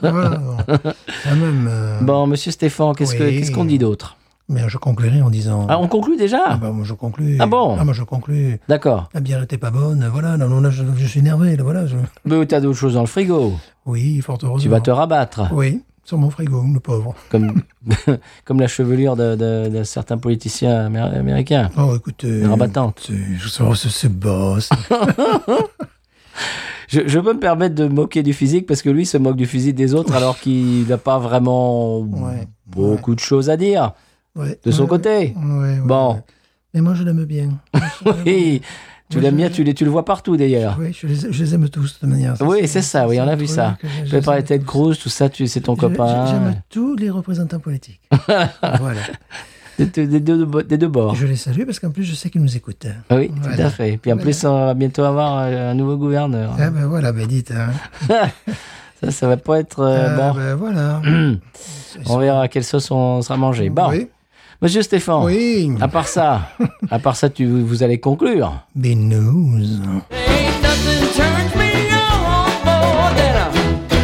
S2: voilà. Ah, bon. Quand même. euh,
S1: Ah. Bon, monsieur Stéphane, qu'est-ce que-
S2: Oui.
S1: qu'est-ce qu'on dit d'autre
S2: Mais je conclurai en disant.
S1: Ah, on conclut déjà
S2: Ah bah, moi je conclus.
S1: Ah bon
S2: Ah moi je conclus.
S1: D'accord.
S2: La bière était pas bonne. Voilà. Non, non, là je, je suis énervé. Là, voilà. je-
S1: Mais t'as d'autres choses dans le frigo.
S2: Oui, fort heureusement.
S1: Tu vas te rabattre.
S2: Oui, sur mon frigo, le pauvre.
S1: Comme, comme la chevelure de, de- de certains politiciens améri- américains.
S2: Oh, écoute. euh,
S1: Rabattante.
S2: c'est- Je sors ce, ce boss.
S1: Je, je peux me permettre de me moquer du physique parce que lui se moque du physique des autres alors qu'il n'a pas vraiment
S2: Ouais.
S1: beaucoup de choses à dire
S2: Ouais,
S1: de son
S2: ouais,
S1: côté.
S2: ouais, ouais,
S1: Bon.
S2: ouais. Mais moi je l'aime bien.
S1: Oui, tu
S2: Moi,
S1: l'aimes
S2: je-
S1: bien, tu, les- tu le vois partout d'ailleurs.
S2: Oui, je les, je les aime tous de toute manière.
S1: Oui, c'est ça, oui, on a
S2: un
S1: vu
S2: truc
S1: ça.
S2: que je-
S1: Tu
S2: je-
S1: peux parler Ted Cruz, tout ça, tu, c'est ton
S2: je-
S1: copain.
S2: je- J'aime tous les représentants politiques. voilà.
S1: Des, des- des deux, des deux bords. Ah
S2: Je les salue parce qu'en plus, je sais qu'ils nous écoutent.
S1: Oui, tout à
S2: Voilà.
S1: fait. Puis en plus, on va bientôt avoir euh, un nouveau gouverneur.
S2: Ah ben voilà, ben dites. hein.
S1: Ça, ça va pas être euh,
S2: Ah,
S1: bon.
S2: ben voilà.
S1: On verra à quelle sauce on sera mangé. Bon, Ah.
S2: Oui.
S1: Monsieur Stéphane,
S2: oui.
S1: à part ça, à part ça, tu, vous allez conclure.
S2: Des news.
S1: Ah,
S3: Ain't nothing turns me on more than a,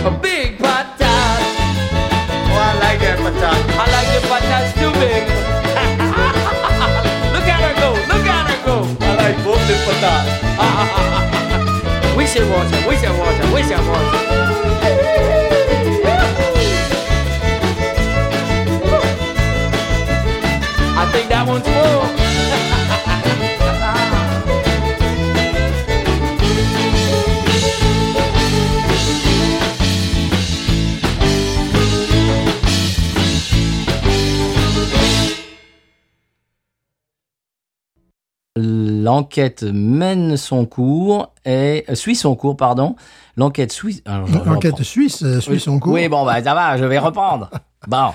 S3: a big patat. Oh, I like that patat. I like the patats too big. look at her go, look at her go. I like both the patats. we should watch her, we should watch her, we should watch her. I think that one's full.
S1: L'enquête mène son cours et euh, suit son cours, pardon. L'enquête suit. alors, je- je
S2: Enquête
S1: reprends.
S2: suisse, euh, suit son cours.
S1: Oui, bon, bah, ça va, je vais reprendre. Bon,